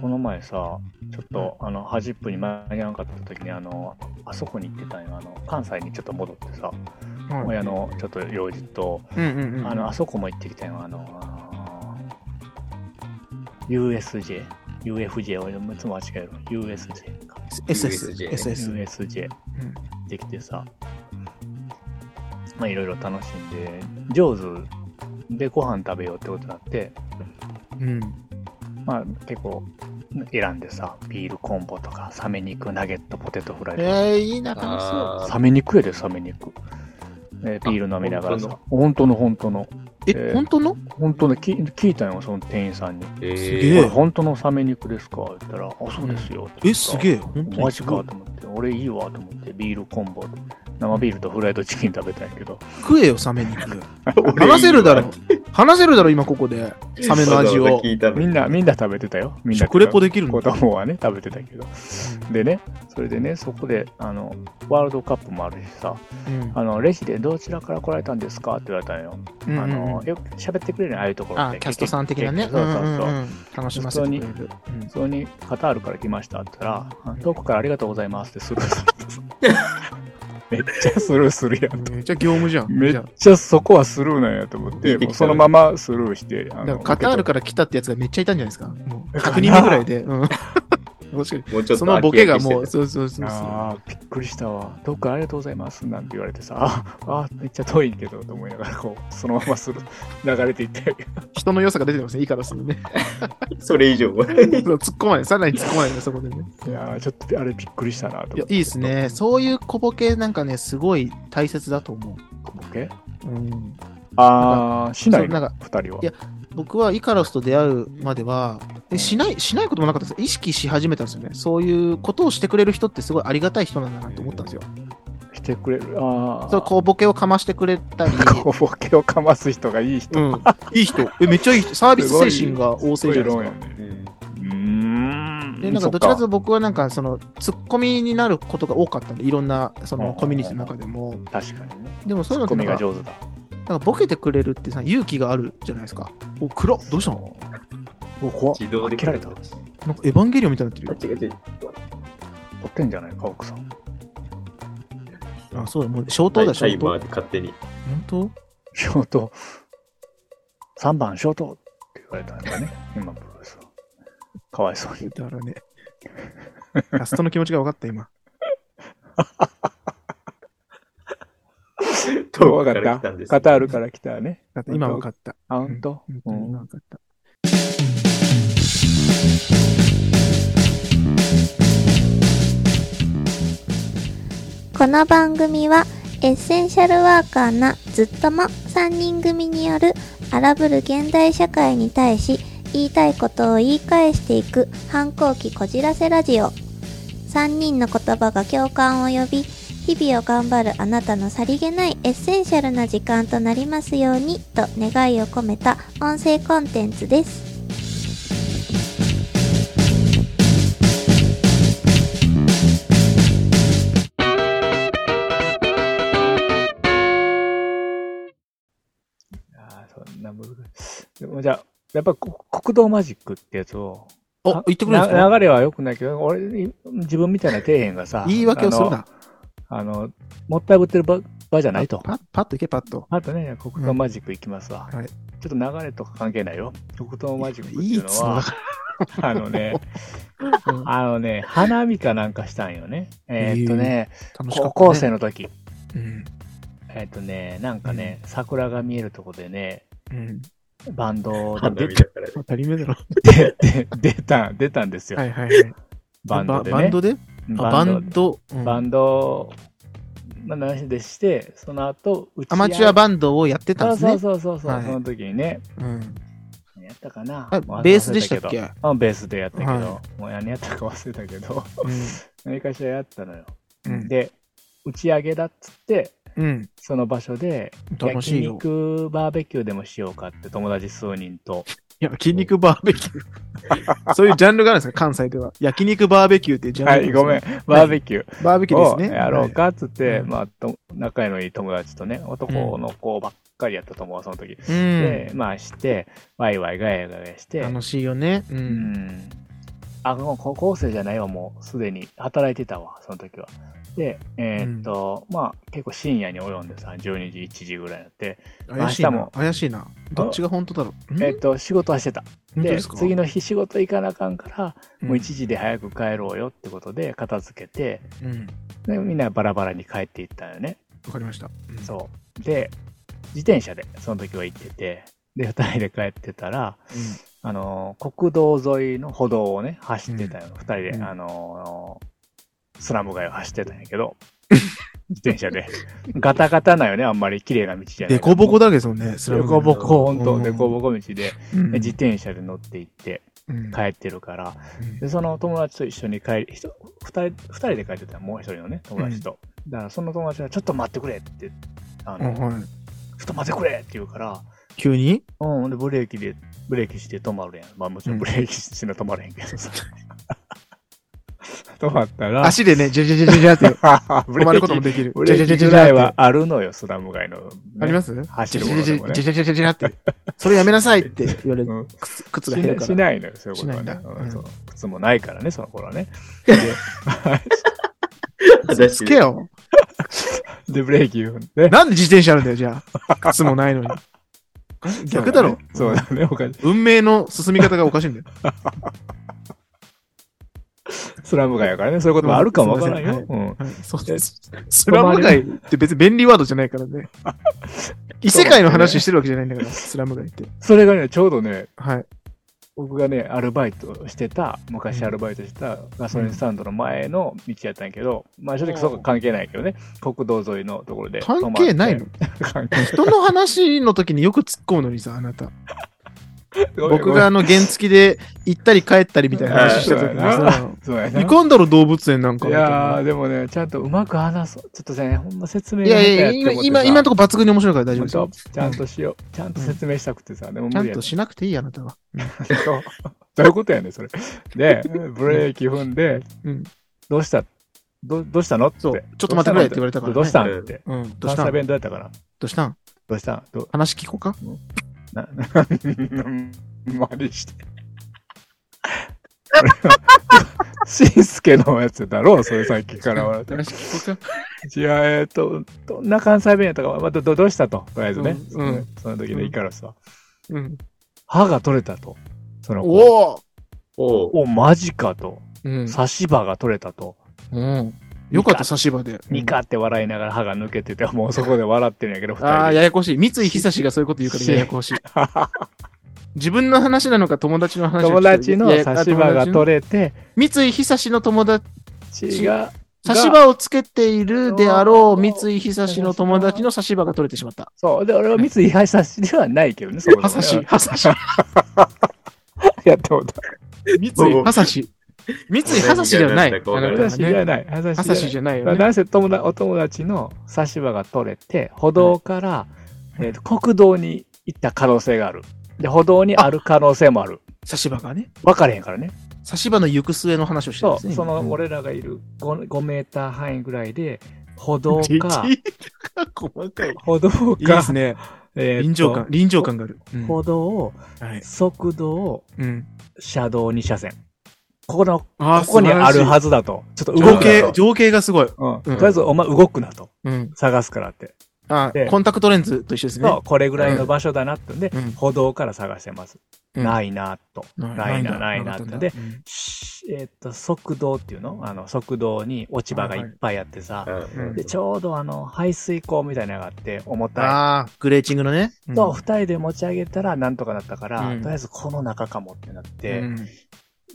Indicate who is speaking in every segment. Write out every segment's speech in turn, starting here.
Speaker 1: この前さ、ちょっとあの端っぷに間に合わなかった時にあのあそこに行ってたんよあの関西にちょっと戻ってさ、
Speaker 2: はい
Speaker 1: 親のちょっと用事と、
Speaker 2: うんうんうん。
Speaker 1: あのあそこも行ってきたよあのあの USJ UFJ 俺もいつも間違える USJ か
Speaker 2: SS。SS。
Speaker 1: USJ
Speaker 2: うん
Speaker 1: できてさ、まあいろいろ楽しんで上手でご飯食べようってことになって
Speaker 2: うん。
Speaker 1: まあ結構選んでさビールコンボとかサメ肉ナゲットポテトフライとか
Speaker 2: えー、いいな、楽しそう。
Speaker 1: サ
Speaker 3: あ
Speaker 1: メ肉やで、サメ肉。えービール飲みながらさ、本当の本当の、え
Speaker 2: え、本当の
Speaker 1: 本当のき聞いたよ、その店員さんに。
Speaker 3: ーえー
Speaker 2: す
Speaker 1: こ
Speaker 2: げ
Speaker 1: れ
Speaker 2: え。
Speaker 1: 本当のサメ肉ですかって言ったら、あ、そうですよ。って言
Speaker 2: え、
Speaker 1: った
Speaker 2: すげえ。本当に
Speaker 1: マジかと思って、俺いいわと思って、ビールコンボ、生ビールとフライドチキン食べたんやけど、
Speaker 2: 食えよ、サメ肉。話せるだ ろ。話せるだろ、今ここで。サメの味
Speaker 3: わざわ
Speaker 2: を
Speaker 3: ざ。聞いたの
Speaker 1: みんな、みんな食べてたよ。みんな。
Speaker 2: 食レポできるん
Speaker 1: 子
Speaker 2: だ。
Speaker 1: 供はね、食べてたけど。でね、それでね、そこで、あの、ワールドカップもあるしさ、
Speaker 2: うん
Speaker 1: あの、レジでどちらから来られたんですかって言われたんよ。
Speaker 2: うん
Speaker 1: あのよく喋ってくれるねああいうところっ
Speaker 2: あ
Speaker 1: て、
Speaker 2: キャストさん的なね。
Speaker 1: 結局そうそうそう、
Speaker 2: んんん楽しませてくれる。うん
Speaker 1: 普通にカタールから来ましたって言ったらあ「どこからありがとうございます」ってスルーされてさ めっちゃスルーするやん
Speaker 2: めっちゃ業務じゃん。
Speaker 1: め
Speaker 2: じゃ
Speaker 1: っちゃそこはスルーなんやと思っ
Speaker 3: 聞
Speaker 1: て
Speaker 3: いてきたね
Speaker 1: もうそのままスルーしてあ
Speaker 2: あ
Speaker 1: の
Speaker 2: だからカタールから来たってやつがめっちゃいたんじゃないですか。もう100人目ぐらいで。うん 確かに。
Speaker 3: もうちょっと
Speaker 2: そのボケがも
Speaker 3: 飽
Speaker 2: う、
Speaker 3: き
Speaker 2: そうそうそうそう。
Speaker 1: ああびっくりしたわ「どこからありがとうございます」なんて言われてさ「ああめっちゃ遠いけど」と思いながらこうそのままスルー流れていって
Speaker 2: 人の良さが出てますね、いいからするね。
Speaker 3: 飽きてきてそれ以上は。
Speaker 2: そう突っ込まない、さらに突っ込まないね、そこでね。
Speaker 1: いやーちょっとあれびっくりしたなと
Speaker 2: い
Speaker 1: 思
Speaker 2: や
Speaker 1: っ、て
Speaker 2: いいですね。そういう小ボケなんかね、すごい大切だと思
Speaker 1: ボケ
Speaker 2: う。うん、
Speaker 1: ああしない
Speaker 2: そう
Speaker 1: の
Speaker 2: なんか
Speaker 1: 2人はい
Speaker 2: や僕はイカロスと出会うまでは、えしない、しないこともなかったです。意識し始めたんですよね。そういうことをしてくれる人ってすごいありがたい人なんだなと思ったんですよ。
Speaker 1: してくれるああ
Speaker 2: そう、小ボケをかましてくれたり、
Speaker 1: 小ボケをかます人がいい人。
Speaker 2: うん、いい人。え、めっちゃいい人。サービス精神が旺盛じゃないですか。
Speaker 1: うん。
Speaker 2: で、なんかどちらかというと僕はなんかその、ツッコミになることが多かったんで、いろんなそのコミュニティの中でも。
Speaker 1: 確かにね。
Speaker 2: でもそうい
Speaker 1: ツッ
Speaker 2: うのって
Speaker 1: コ
Speaker 2: な
Speaker 1: ミ
Speaker 2: ん
Speaker 1: が
Speaker 2: か
Speaker 1: 上手だ。
Speaker 2: なんかボケてくれるってさ、勇気があるじゃないですか。お、黒っどうしたの
Speaker 1: お、怖っ。
Speaker 3: 自動で
Speaker 1: 切られた。
Speaker 3: あ
Speaker 1: 取
Speaker 2: なんかエヴァンゲリオンみたいになってるよ。
Speaker 3: 違う違う。
Speaker 1: ってんじゃないか、奥さん。
Speaker 2: あ、そうだ、もう消灯だ、
Speaker 3: タ
Speaker 2: 消
Speaker 3: イ
Speaker 2: 灯。
Speaker 3: マーで
Speaker 2: 本
Speaker 3: 勝手に。
Speaker 2: 当
Speaker 1: ショート。3番、ショートって言われたんだ ね。今、プロレスは。かわいそうに。
Speaker 2: だからね。ラストの気持ちが分かった、今。
Speaker 3: 遠くから来たんですね
Speaker 1: カタールから来たね。
Speaker 2: だって今分かった。
Speaker 1: あ、ほんと
Speaker 2: 本当
Speaker 1: う
Speaker 2: に今
Speaker 1: ん
Speaker 2: 分かった。
Speaker 4: この番組はエッセンシャルワーカーなずっとも3人組による荒ぶる現代社会に対し言いたいことを言い返していく反抗期こじらせラジオ3人の言葉が共感を呼び日々を頑張るあなたのさりげないエッセンシャルな時間となりますようにと願いを込めた音声コンテンツです
Speaker 1: あーそんな難しい。でもじゃあ、やっぱこ国道マジックってやつを。
Speaker 2: お、
Speaker 1: あ
Speaker 2: 言ってくれるんです
Speaker 1: な
Speaker 2: か。
Speaker 1: 流れは良くないけど、俺、い自分みたいな底辺がさ
Speaker 2: 言い訳をする
Speaker 1: あの
Speaker 2: な。
Speaker 1: あの、もったいぶってる場場じゃないと。
Speaker 2: パッ、パッといけ、パッと。
Speaker 1: あとね、黒糖マジックいきますわ。
Speaker 2: うんはい
Speaker 1: ちょっと流れとか関係ないよ。黒糖マジックって
Speaker 2: い
Speaker 1: い
Speaker 2: いうっ
Speaker 1: の
Speaker 2: つうの
Speaker 1: は
Speaker 2: だ、か
Speaker 1: あのね、
Speaker 2: ら。うん
Speaker 1: あのね、花見かなんかしたんよね。えーっとね、
Speaker 2: 楽しかったね
Speaker 1: 高校生の時。
Speaker 2: うん。
Speaker 1: えーっとね、なんかね、桜が見えるとこでね、
Speaker 2: うん。
Speaker 1: バンド
Speaker 3: 花
Speaker 1: で
Speaker 3: 見だからね。
Speaker 2: 当たり前 だろ。
Speaker 1: 出て出た、出たんですよ。
Speaker 2: はいはいはい。
Speaker 1: バンドで
Speaker 2: ババ
Speaker 1: ね
Speaker 2: ン。ドであバンド。うん
Speaker 1: バンド、まあ、なしでして、その後、打ち合い
Speaker 2: アマチュアバンドをやってたんです
Speaker 1: そう
Speaker 2: ね。
Speaker 1: そうそうそう、
Speaker 2: はい
Speaker 1: その時にね、
Speaker 2: うん
Speaker 1: やったかな
Speaker 2: あ。
Speaker 1: もう
Speaker 2: ベースでしたっ
Speaker 1: 忘れ
Speaker 2: け
Speaker 1: けどうんベースでやったけど、
Speaker 2: は
Speaker 1: もう何やったか忘れたけど、
Speaker 2: う
Speaker 1: 何かしらやったのよ。
Speaker 2: ん。
Speaker 1: で、打ち上げだっつって、
Speaker 2: うん。
Speaker 1: その場所で、
Speaker 2: 楽
Speaker 1: 焼
Speaker 2: しいよ。
Speaker 1: 肉バーベキューでもしようかって友達数人と、
Speaker 2: いや、焼肉バーベキュ ー。そういうジャンルがあるんですか、関西では。焼肉バーベキューっていうジャンル
Speaker 1: は
Speaker 2: なん
Speaker 1: い、
Speaker 2: です
Speaker 1: ご
Speaker 2: ね
Speaker 1: めん、バーベキュ
Speaker 2: バーベキュー
Speaker 1: ー
Speaker 2: で
Speaker 1: を
Speaker 2: すね。
Speaker 1: やろうかっつって、
Speaker 2: うん
Speaker 1: まあと、仲のいい友達とね、男の子ばっかかりやったと思う、その時。
Speaker 2: うん
Speaker 1: で、。まあして、ワイワイガヤガヤして、
Speaker 2: 楽しいよね。う。
Speaker 1: うんん。あ、もう高校生じゃないわ、もうすでに働いてたわ、その時は。で、えーっと、まあ結構深夜に及んでさ、12時、1時ぐらいになって、
Speaker 2: 怪しい
Speaker 1: 明日
Speaker 2: な
Speaker 1: も。
Speaker 2: 怪しいな。どっちが本当だろう。ん
Speaker 1: えーっと、仕事はしてた。
Speaker 2: 本当
Speaker 1: で、
Speaker 2: ですか
Speaker 1: 次の日仕事行かなあかんから、もう1
Speaker 2: 時。
Speaker 1: 時で早く帰ろうよってことで片付けて、
Speaker 2: うん。
Speaker 1: でみんなバラバラに帰っていったよね。
Speaker 2: わかりました。
Speaker 1: そう。で、自転車で、その時は行ってて、で、二人で帰ってたら、あのー、国道沿いの歩道をね、走ってたよ。二人で、
Speaker 2: うん
Speaker 1: あのースラム街を走ってたんやけ ど、自転車で。ガタガタなよね、あんまり綺麗な道じゃない。
Speaker 2: でこぼこだけどね、スラム
Speaker 1: デコボコ、ほん
Speaker 2: う
Speaker 1: と、
Speaker 2: ん
Speaker 1: デコボコ道で、
Speaker 2: うん
Speaker 1: 自転車で乗って行って
Speaker 2: うん
Speaker 1: 帰ってるから、
Speaker 2: うん
Speaker 1: で、その友達と一緒に帰り、ひと二人、二人で帰ってたよもう一人のね、友達と。だから、その友達が、ちょっと待ってくれって、あ
Speaker 2: う
Speaker 1: の、
Speaker 2: んはい
Speaker 1: ちょっと待ってくれって言うから、
Speaker 2: 急に
Speaker 1: うん、で、ブレーキで、ブレーキして止まるやん。まあもちろ
Speaker 2: うん
Speaker 1: んブレーキして止まれへんけどさ。止まったら、
Speaker 2: 足でね、ジャジャジャジャジャって
Speaker 1: ブ
Speaker 2: 止
Speaker 1: レ
Speaker 2: ま
Speaker 1: ー
Speaker 2: る
Speaker 1: キ
Speaker 2: こともできる。
Speaker 1: ブレーキぐらいはあるのよ、スラム街のね、
Speaker 2: あります
Speaker 1: 走る
Speaker 2: ジ
Speaker 1: こ
Speaker 2: ャジ
Speaker 1: と
Speaker 2: ャ
Speaker 1: でも
Speaker 2: ジャ
Speaker 1: ね。
Speaker 2: ジャジャジャジャって。それやめなさいって言われ る。
Speaker 1: うん
Speaker 2: 靴靴が
Speaker 1: し
Speaker 2: 減る
Speaker 1: な
Speaker 2: から。
Speaker 1: しないのよ、そういうことは
Speaker 2: し
Speaker 1: ね
Speaker 2: ないん。だ
Speaker 1: うん
Speaker 2: うん
Speaker 1: そう靴もないからね、その頃はね。で、
Speaker 3: 私
Speaker 2: つけよ。
Speaker 1: でブレーキ踏んで。
Speaker 2: なんで自転車あるんだよ、じゃあ。靴もないのに。逆だろ。
Speaker 1: そうだね、おかしい
Speaker 2: 運命の進み方がおかしいんだよ。
Speaker 1: スラム街やからね、そういうこともあるかもわからん
Speaker 2: は
Speaker 1: よ
Speaker 2: い。
Speaker 1: うん
Speaker 2: はい、そう
Speaker 1: で
Speaker 2: です。スラム街って別に便利ワードじゃないからね。 異世界の話してるわけじゃないんだから、 スラム街って。
Speaker 1: それがね、ちょうどね、
Speaker 2: はい。
Speaker 1: 僕がね、アルバイトしてた、昔アルバイトしてたガソリンスタンドの前の道やったんやけど、まあ正直そこは関係ないけどね、国道沿いのところで。
Speaker 2: 関係ないの
Speaker 1: 関係
Speaker 2: 人の話の時によく突っ込むのにさ、あなた。
Speaker 1: ごめん
Speaker 2: 僕があの原付きで行ったり帰ったりみたいな話した時にさ、
Speaker 1: そう やな。
Speaker 2: 行かんだろ動物園なんか
Speaker 1: い
Speaker 2: みたいな
Speaker 1: やー、でもね、ちゃんとうまく話そう。ちょっとね、ほんま説明
Speaker 2: い
Speaker 1: が
Speaker 2: やいや
Speaker 1: 下手
Speaker 2: 今
Speaker 1: って思ってさ
Speaker 2: 今、今のところ抜群に面白いから大丈夫です
Speaker 1: ほん
Speaker 2: よ
Speaker 1: と。ちゃんとしよう。ちゃんと説明したくてさ、でも
Speaker 2: ちゃ
Speaker 1: 無理
Speaker 2: ん
Speaker 1: や
Speaker 2: と
Speaker 1: っ
Speaker 2: しなくていいあなたは。
Speaker 1: たけど。どういうことやねん、それ。で、ブレーキ踏んで、
Speaker 2: うん。
Speaker 1: どうしたどどうしたのって。
Speaker 2: そうちょっと待ってくれって言われたからね
Speaker 1: どうしたんって。
Speaker 2: うん。ど
Speaker 1: 関
Speaker 2: うし
Speaker 1: 西
Speaker 2: たんど
Speaker 1: 弁どうやったかな
Speaker 2: うしたん
Speaker 1: どうしたんどう
Speaker 2: 話聞こうか
Speaker 1: な、な、まりして。これは しんすけのやつだろうそれさっきから笑って。
Speaker 2: 話聞こうか
Speaker 1: いや、えっと、どんな関西弁やったか、まあ、どどどうしたと、とりあえずね。
Speaker 2: うんうん
Speaker 1: その時のイカロスは、
Speaker 2: うん。
Speaker 1: 歯が取れたと。その子
Speaker 2: おお
Speaker 3: おう
Speaker 1: お、マジかと。
Speaker 2: うん。
Speaker 1: 差し歯が取れたと。
Speaker 2: うん。よかった、差し歯で。
Speaker 1: ニカって笑いながら歯が抜けてて、もうそこで笑ってるんやけど、二人で。
Speaker 2: ああ、ややこしい。三井久志がそういうこと言うからややこし い。自分の話なのか友達の話な
Speaker 1: 友
Speaker 2: のか
Speaker 1: 達の差し歯が取れて、
Speaker 2: れ三井久志の友達、
Speaker 1: 血が、
Speaker 2: 差し歯をつけているであろう三井久志の友達の差し歯が取れてしまった。
Speaker 1: そう。で、俺は三井歯差しではないけどね、そこでね
Speaker 2: 歯差し、歯差し、
Speaker 1: やってもうた。
Speaker 2: 三井歯差し。三井歯差しではない。
Speaker 3: どういう意味があるんだかわから
Speaker 1: 歯
Speaker 3: な
Speaker 1: 差しじゃない。歯
Speaker 2: あなたはね歯
Speaker 1: 差
Speaker 2: 差
Speaker 1: し
Speaker 2: し
Speaker 1: じ
Speaker 2: じゃない
Speaker 1: ゃ
Speaker 2: よ
Speaker 1: ない。
Speaker 2: ね。
Speaker 1: 男性友達お友達の差し歯が取れて、歩道から、えーと国道に行った可能性がある。で、歩道にある可能性もある。
Speaker 2: 差し歯がね。
Speaker 1: 分かれへんからね。
Speaker 2: 差し歯の行く末の話をしてる
Speaker 1: そ
Speaker 2: んです
Speaker 1: う、
Speaker 2: ね。
Speaker 1: そ
Speaker 2: 今
Speaker 1: の、俺らがいる 5, 5メーター範囲ぐらいで、歩道
Speaker 2: ちち
Speaker 1: か、
Speaker 2: 細かい。
Speaker 1: 歩道
Speaker 2: いいで
Speaker 1: か
Speaker 2: す、ね。
Speaker 1: えーと
Speaker 2: 臨場感、臨場感がある。うん
Speaker 1: 歩道、
Speaker 2: はい。
Speaker 1: 速道、
Speaker 2: うん。
Speaker 1: 車道2車線。ここの、こ
Speaker 2: あー
Speaker 1: こにあるは
Speaker 2: 素
Speaker 1: ずだと。ちょっと動くな
Speaker 2: 晴らしい情景、
Speaker 1: と。
Speaker 2: 情景がすごい。
Speaker 1: うん、と
Speaker 2: うん
Speaker 1: りあえず、お前動くなと。
Speaker 2: うん。
Speaker 1: 探すからって。
Speaker 2: あ
Speaker 1: で、
Speaker 2: コンタクトレンズと一緒ですね。
Speaker 1: そう、これぐらいの場所だなってんで、
Speaker 2: うん
Speaker 1: 歩道から探してます。
Speaker 2: うん
Speaker 1: ないなと。ないな、ないなって。で、
Speaker 2: うん
Speaker 1: しえっと、速道っていうのあの、速道に落ち葉がいっぱいあってさ、
Speaker 3: うん
Speaker 1: で、ちょうどあの、排水溝みたいなのがあって、重た
Speaker 2: ああ、グレーチングのね。
Speaker 1: い。と、二人で持ち上げたらなんとかなったから、
Speaker 2: うん
Speaker 1: とりあえずこの中かもってなって、
Speaker 2: うん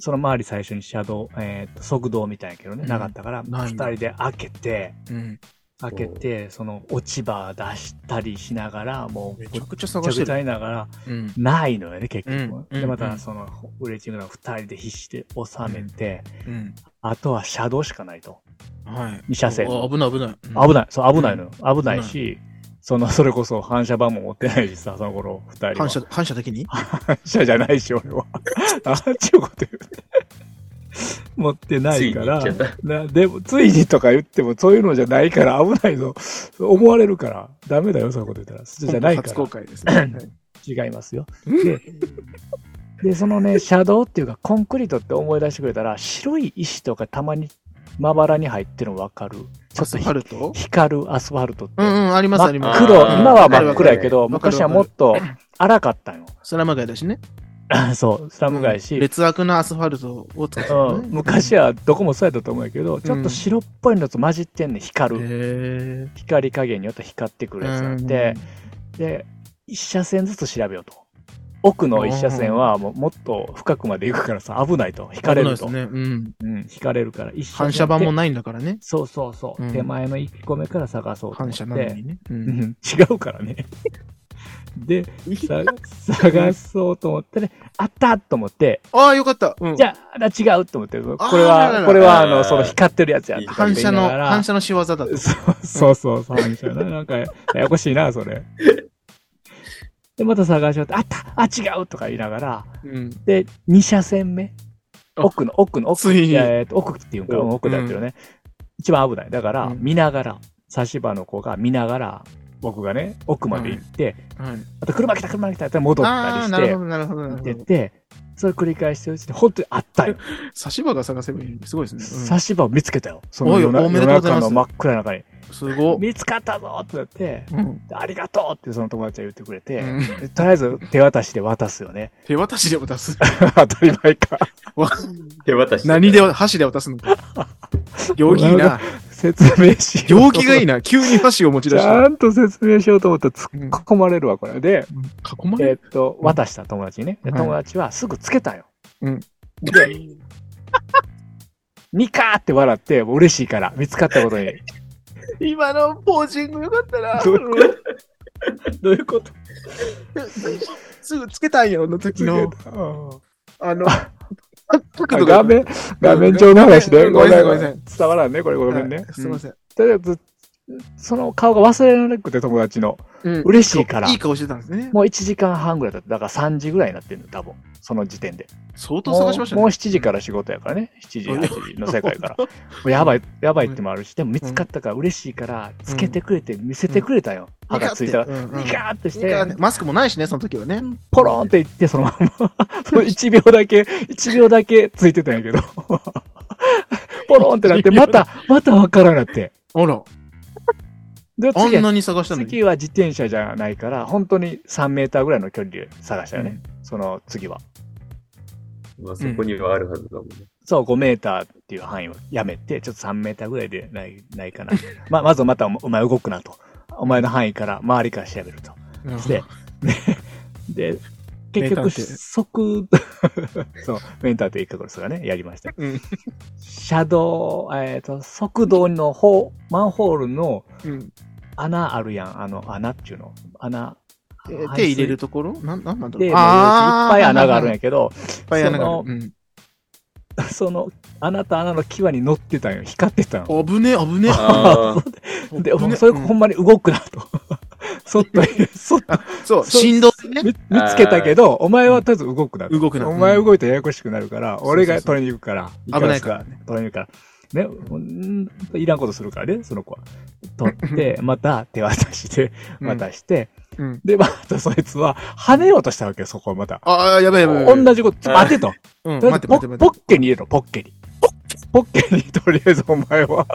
Speaker 1: その周り最初に車道、えっと、速道みたいなけどね、
Speaker 2: うん
Speaker 1: なかったから、
Speaker 2: な
Speaker 1: 二
Speaker 2: いな
Speaker 1: 人で開けて、
Speaker 2: うん。
Speaker 1: 開けて、その落ち葉出したりしながら、もう、
Speaker 2: め
Speaker 1: ぐっ
Speaker 2: ちゃくちゃ
Speaker 1: ち
Speaker 2: 探
Speaker 1: ゃ
Speaker 2: して
Speaker 1: ぐちゃ
Speaker 2: る。
Speaker 1: にながら、
Speaker 2: うん。
Speaker 1: ないのよね、結局。
Speaker 2: うん
Speaker 1: で、ま
Speaker 2: うんう
Speaker 1: た、
Speaker 2: ん
Speaker 1: その、ウレチングの二人で必死で収めて、
Speaker 2: うん。
Speaker 1: あとは車道しかないと。
Speaker 2: はい。
Speaker 1: 二車線
Speaker 2: お危ない危ない。
Speaker 1: 危
Speaker 2: ない。
Speaker 1: ない、そう、危ないのよ。危ないし、その、それこそ反射板も持ってないしさ、その頃、二人は。
Speaker 2: 反射、反射的に
Speaker 1: 反射じゃないし、俺は。あっちゅうこと言うて。持ってないか
Speaker 3: つい
Speaker 1: ら
Speaker 3: に行っちゃっ
Speaker 1: なでもついにとか言ってもそういうのじゃないから危ないぞ思われるからダメだよそんなこと言ったらじゃないから
Speaker 2: 初公開ですね。はい
Speaker 1: 違いますよ。で、でそのね、シャドウっていうか、コンクリートって思い出してくれたら、白い石とかたまにまばらに入ってるの分かる。ちょ
Speaker 2: ア
Speaker 1: っと
Speaker 2: ス
Speaker 1: ひ
Speaker 2: ファルト
Speaker 1: 光るアスファルトって。
Speaker 2: うんうん、あります、あり
Speaker 1: 真
Speaker 2: ま
Speaker 1: っ
Speaker 2: す。
Speaker 1: 黒、
Speaker 3: あー
Speaker 1: 今は真っ暗やけど、
Speaker 2: わかる
Speaker 1: 昔はもっと荒かったんよ。
Speaker 2: スラム街だしね。
Speaker 1: そう、スラム街し、
Speaker 2: 劣悪なアスファルトを使って
Speaker 1: う
Speaker 2: る
Speaker 1: ん、
Speaker 2: ね。
Speaker 1: 昔はどこもそうやったと思うんやけど、ちょっと白っぽいのと混じってんねん光る。
Speaker 2: へー
Speaker 1: 光加減によって光ってくるやつなんで、で、一車線ずつ調べようと。奥の一車線はもうもっと深くまで行くからさ、危ないと。引かれると。
Speaker 2: 危ないですね。うん。
Speaker 1: うん、引かれるから。一車線
Speaker 2: 反射板も
Speaker 1: で
Speaker 2: ないんだからね。
Speaker 1: そうそうそう。
Speaker 2: うん
Speaker 1: 手前の1個目から探そうと思っ
Speaker 2: 反
Speaker 1: て。
Speaker 2: 射なのにね。う。
Speaker 1: うんん、違うからね。 で、さ探そうと思ってね、あったと思って、
Speaker 2: ああ、よかった。うん
Speaker 1: じ。ゃあ、あ違うと思って、こ
Speaker 2: あー
Speaker 1: れ
Speaker 2: なるほ
Speaker 1: は、
Speaker 2: ど
Speaker 1: これは、あ
Speaker 3: あ
Speaker 1: の、
Speaker 3: ー
Speaker 1: その光ってるやつやとか言
Speaker 2: 反
Speaker 1: い
Speaker 2: 射
Speaker 1: な
Speaker 2: の、
Speaker 1: がら
Speaker 2: 反射の仕業だと。
Speaker 1: そうそうそう、反射な。なんか、ややこしいな、それ。で、また探しようって、あったあ、違うとか言いながら、
Speaker 2: うん。
Speaker 1: で、2車線目。
Speaker 2: あ
Speaker 1: 奥の、奥の、奥
Speaker 2: ついに
Speaker 1: いやえーと奥っていうんか、
Speaker 2: お
Speaker 1: うん奥だけどね。一番危ない。だから、
Speaker 2: うん
Speaker 1: 見ながら、差し場の子が見ながら、僕がね、奥まで行って、
Speaker 2: はい。
Speaker 1: また車来た、車来たって戻ったり
Speaker 2: ああー、
Speaker 1: し
Speaker 2: なる
Speaker 1: て
Speaker 2: ほ、ど、なるほど、な
Speaker 1: 出
Speaker 2: るほど。
Speaker 1: て、それ繰り返してるうちに、本当にあったよ。
Speaker 2: 差し場が探せばいいのにすごいですね。
Speaker 1: 差し場を見つけたよ。その
Speaker 2: おい
Speaker 1: 夜な
Speaker 2: おめで
Speaker 1: 夜
Speaker 2: とうござい
Speaker 1: 中
Speaker 2: ます
Speaker 1: の真っ暗な中に。
Speaker 2: うん。すごっ。
Speaker 1: 見つかったぞってなって、
Speaker 2: うん
Speaker 1: ありがとうってその友達が言ってくれて、
Speaker 2: うん
Speaker 1: でとりあえず手渡しで渡すよ ね。
Speaker 2: 手渡しで渡す。
Speaker 1: 当たり前か。
Speaker 2: わ
Speaker 3: 手渡し。
Speaker 2: 何で、箸で渡すの か。行儀いいな。
Speaker 1: 説明しよう。
Speaker 2: 行儀がいいな。 急に箸を持ち
Speaker 1: ち
Speaker 2: 出し
Speaker 1: ゃ
Speaker 2: た。
Speaker 1: んと説明しようと思ったら突
Speaker 2: うん
Speaker 1: っ込まれるわ、これ。で、
Speaker 2: 囲ま
Speaker 1: えー
Speaker 2: れ
Speaker 1: っと、渡した友達にね。で
Speaker 2: はい
Speaker 1: 友達はすぐつけたよ。
Speaker 2: うん
Speaker 1: で、 ニカーって笑って、もう嬉しいから、見つかった ことに。
Speaker 2: 今のポージングよかった な
Speaker 1: どういうどういうこと
Speaker 2: すぐつけたんよ、の時の。あの、角度が
Speaker 1: 画面、画面上の話で、
Speaker 2: ごめんなさい
Speaker 1: ごめん
Speaker 2: ごめんな
Speaker 1: なさい伝わらんね、これごめんね
Speaker 2: は。いすいません。
Speaker 1: とりあえず、その顔が忘れられなくて、友達の。
Speaker 2: うん
Speaker 1: 嬉しいから
Speaker 2: いい顔してたんですね。
Speaker 1: もう1時間半ぐらいだった。だから3時ぐらいになってるの、多分。その時点で。
Speaker 2: 相当
Speaker 1: もう
Speaker 2: 探しました
Speaker 1: もう
Speaker 2: ね。
Speaker 1: 7時から仕事やからね。7時、
Speaker 2: うん
Speaker 1: 8時の世界から。もうやばい、やばいってもあるし、でも見つかったから嬉しいから、つけてくれて、見せてくれたよ。歯がついたら。
Speaker 2: うんうん
Speaker 1: ニカーってし
Speaker 2: いいか
Speaker 1: て
Speaker 2: ね、マスクもないしね、その時はね。
Speaker 1: ポロンっていって、そのまま、 その1秒だけ、1秒だけついてたんやけど。 ポロンってなって、また、またわからなくなって。
Speaker 2: あら、
Speaker 1: で、
Speaker 2: あ
Speaker 1: 次
Speaker 2: ん
Speaker 1: は
Speaker 2: なに探したのに。
Speaker 1: 次は自転車じゃないから、本当に3メーターぐらいの距離で探したよね。その次は。
Speaker 3: まあ、そこにはあるはずだもんね。
Speaker 1: そう、5メーターっていう範囲をやめて、ちょっと3メーターぐらいでない、ないかな。まあ、まずまたおお前動くなと。お前の範囲から、周りから調べると。
Speaker 2: うん
Speaker 1: して、 で、で結
Speaker 2: 名探
Speaker 1: 局、
Speaker 2: 偵
Speaker 1: 速、そう、メンターというか、これ、それはね、やりました。
Speaker 2: うん
Speaker 1: 車道、えっ、と、速道の方、マンホールの
Speaker 2: うん
Speaker 1: 穴あるやん。あの、穴っていうの。穴。
Speaker 2: えー手入れるところなんなんなんだろう。
Speaker 1: で、まあいっぱい穴があるん
Speaker 2: いっ
Speaker 1: やけど、
Speaker 2: ぱい穴がある。うん
Speaker 1: その、穴と穴の際に乗ってたんよ。光ってたんよ。
Speaker 2: 危ねえ、危ね
Speaker 3: ああ、
Speaker 2: え。
Speaker 1: で、
Speaker 2: 危ねえ
Speaker 1: それほんまに動くなと。 そっと、そっと
Speaker 2: うんそう、
Speaker 1: そう
Speaker 2: 振動で ね。
Speaker 1: 見見つけたけど、お前はとりあえず動くなと。
Speaker 2: 動くな
Speaker 1: お前動いたらややこしくなるから、
Speaker 2: そう
Speaker 1: 俺が取りに行くから。
Speaker 2: そう危ないから
Speaker 1: ね。取りに行くから。ね、うん、いらんことするからね、その子は。取って、 また手渡して、
Speaker 2: うん
Speaker 1: 渡して、
Speaker 2: うん
Speaker 1: で、またそいつは跳ねようとしたわけよ、そこをまた。
Speaker 2: ああ、やばいやばいやばい。
Speaker 1: 同じこと、ちょ待てと。
Speaker 2: うん、
Speaker 1: とり
Speaker 2: 待
Speaker 1: あえ
Speaker 2: っ
Speaker 1: ずポ
Speaker 2: て待って
Speaker 1: ッ
Speaker 2: 待
Speaker 1: ポ
Speaker 2: って。
Speaker 1: ッケに入れろ、ポッケに。ポッケに、とりあえずお前 は。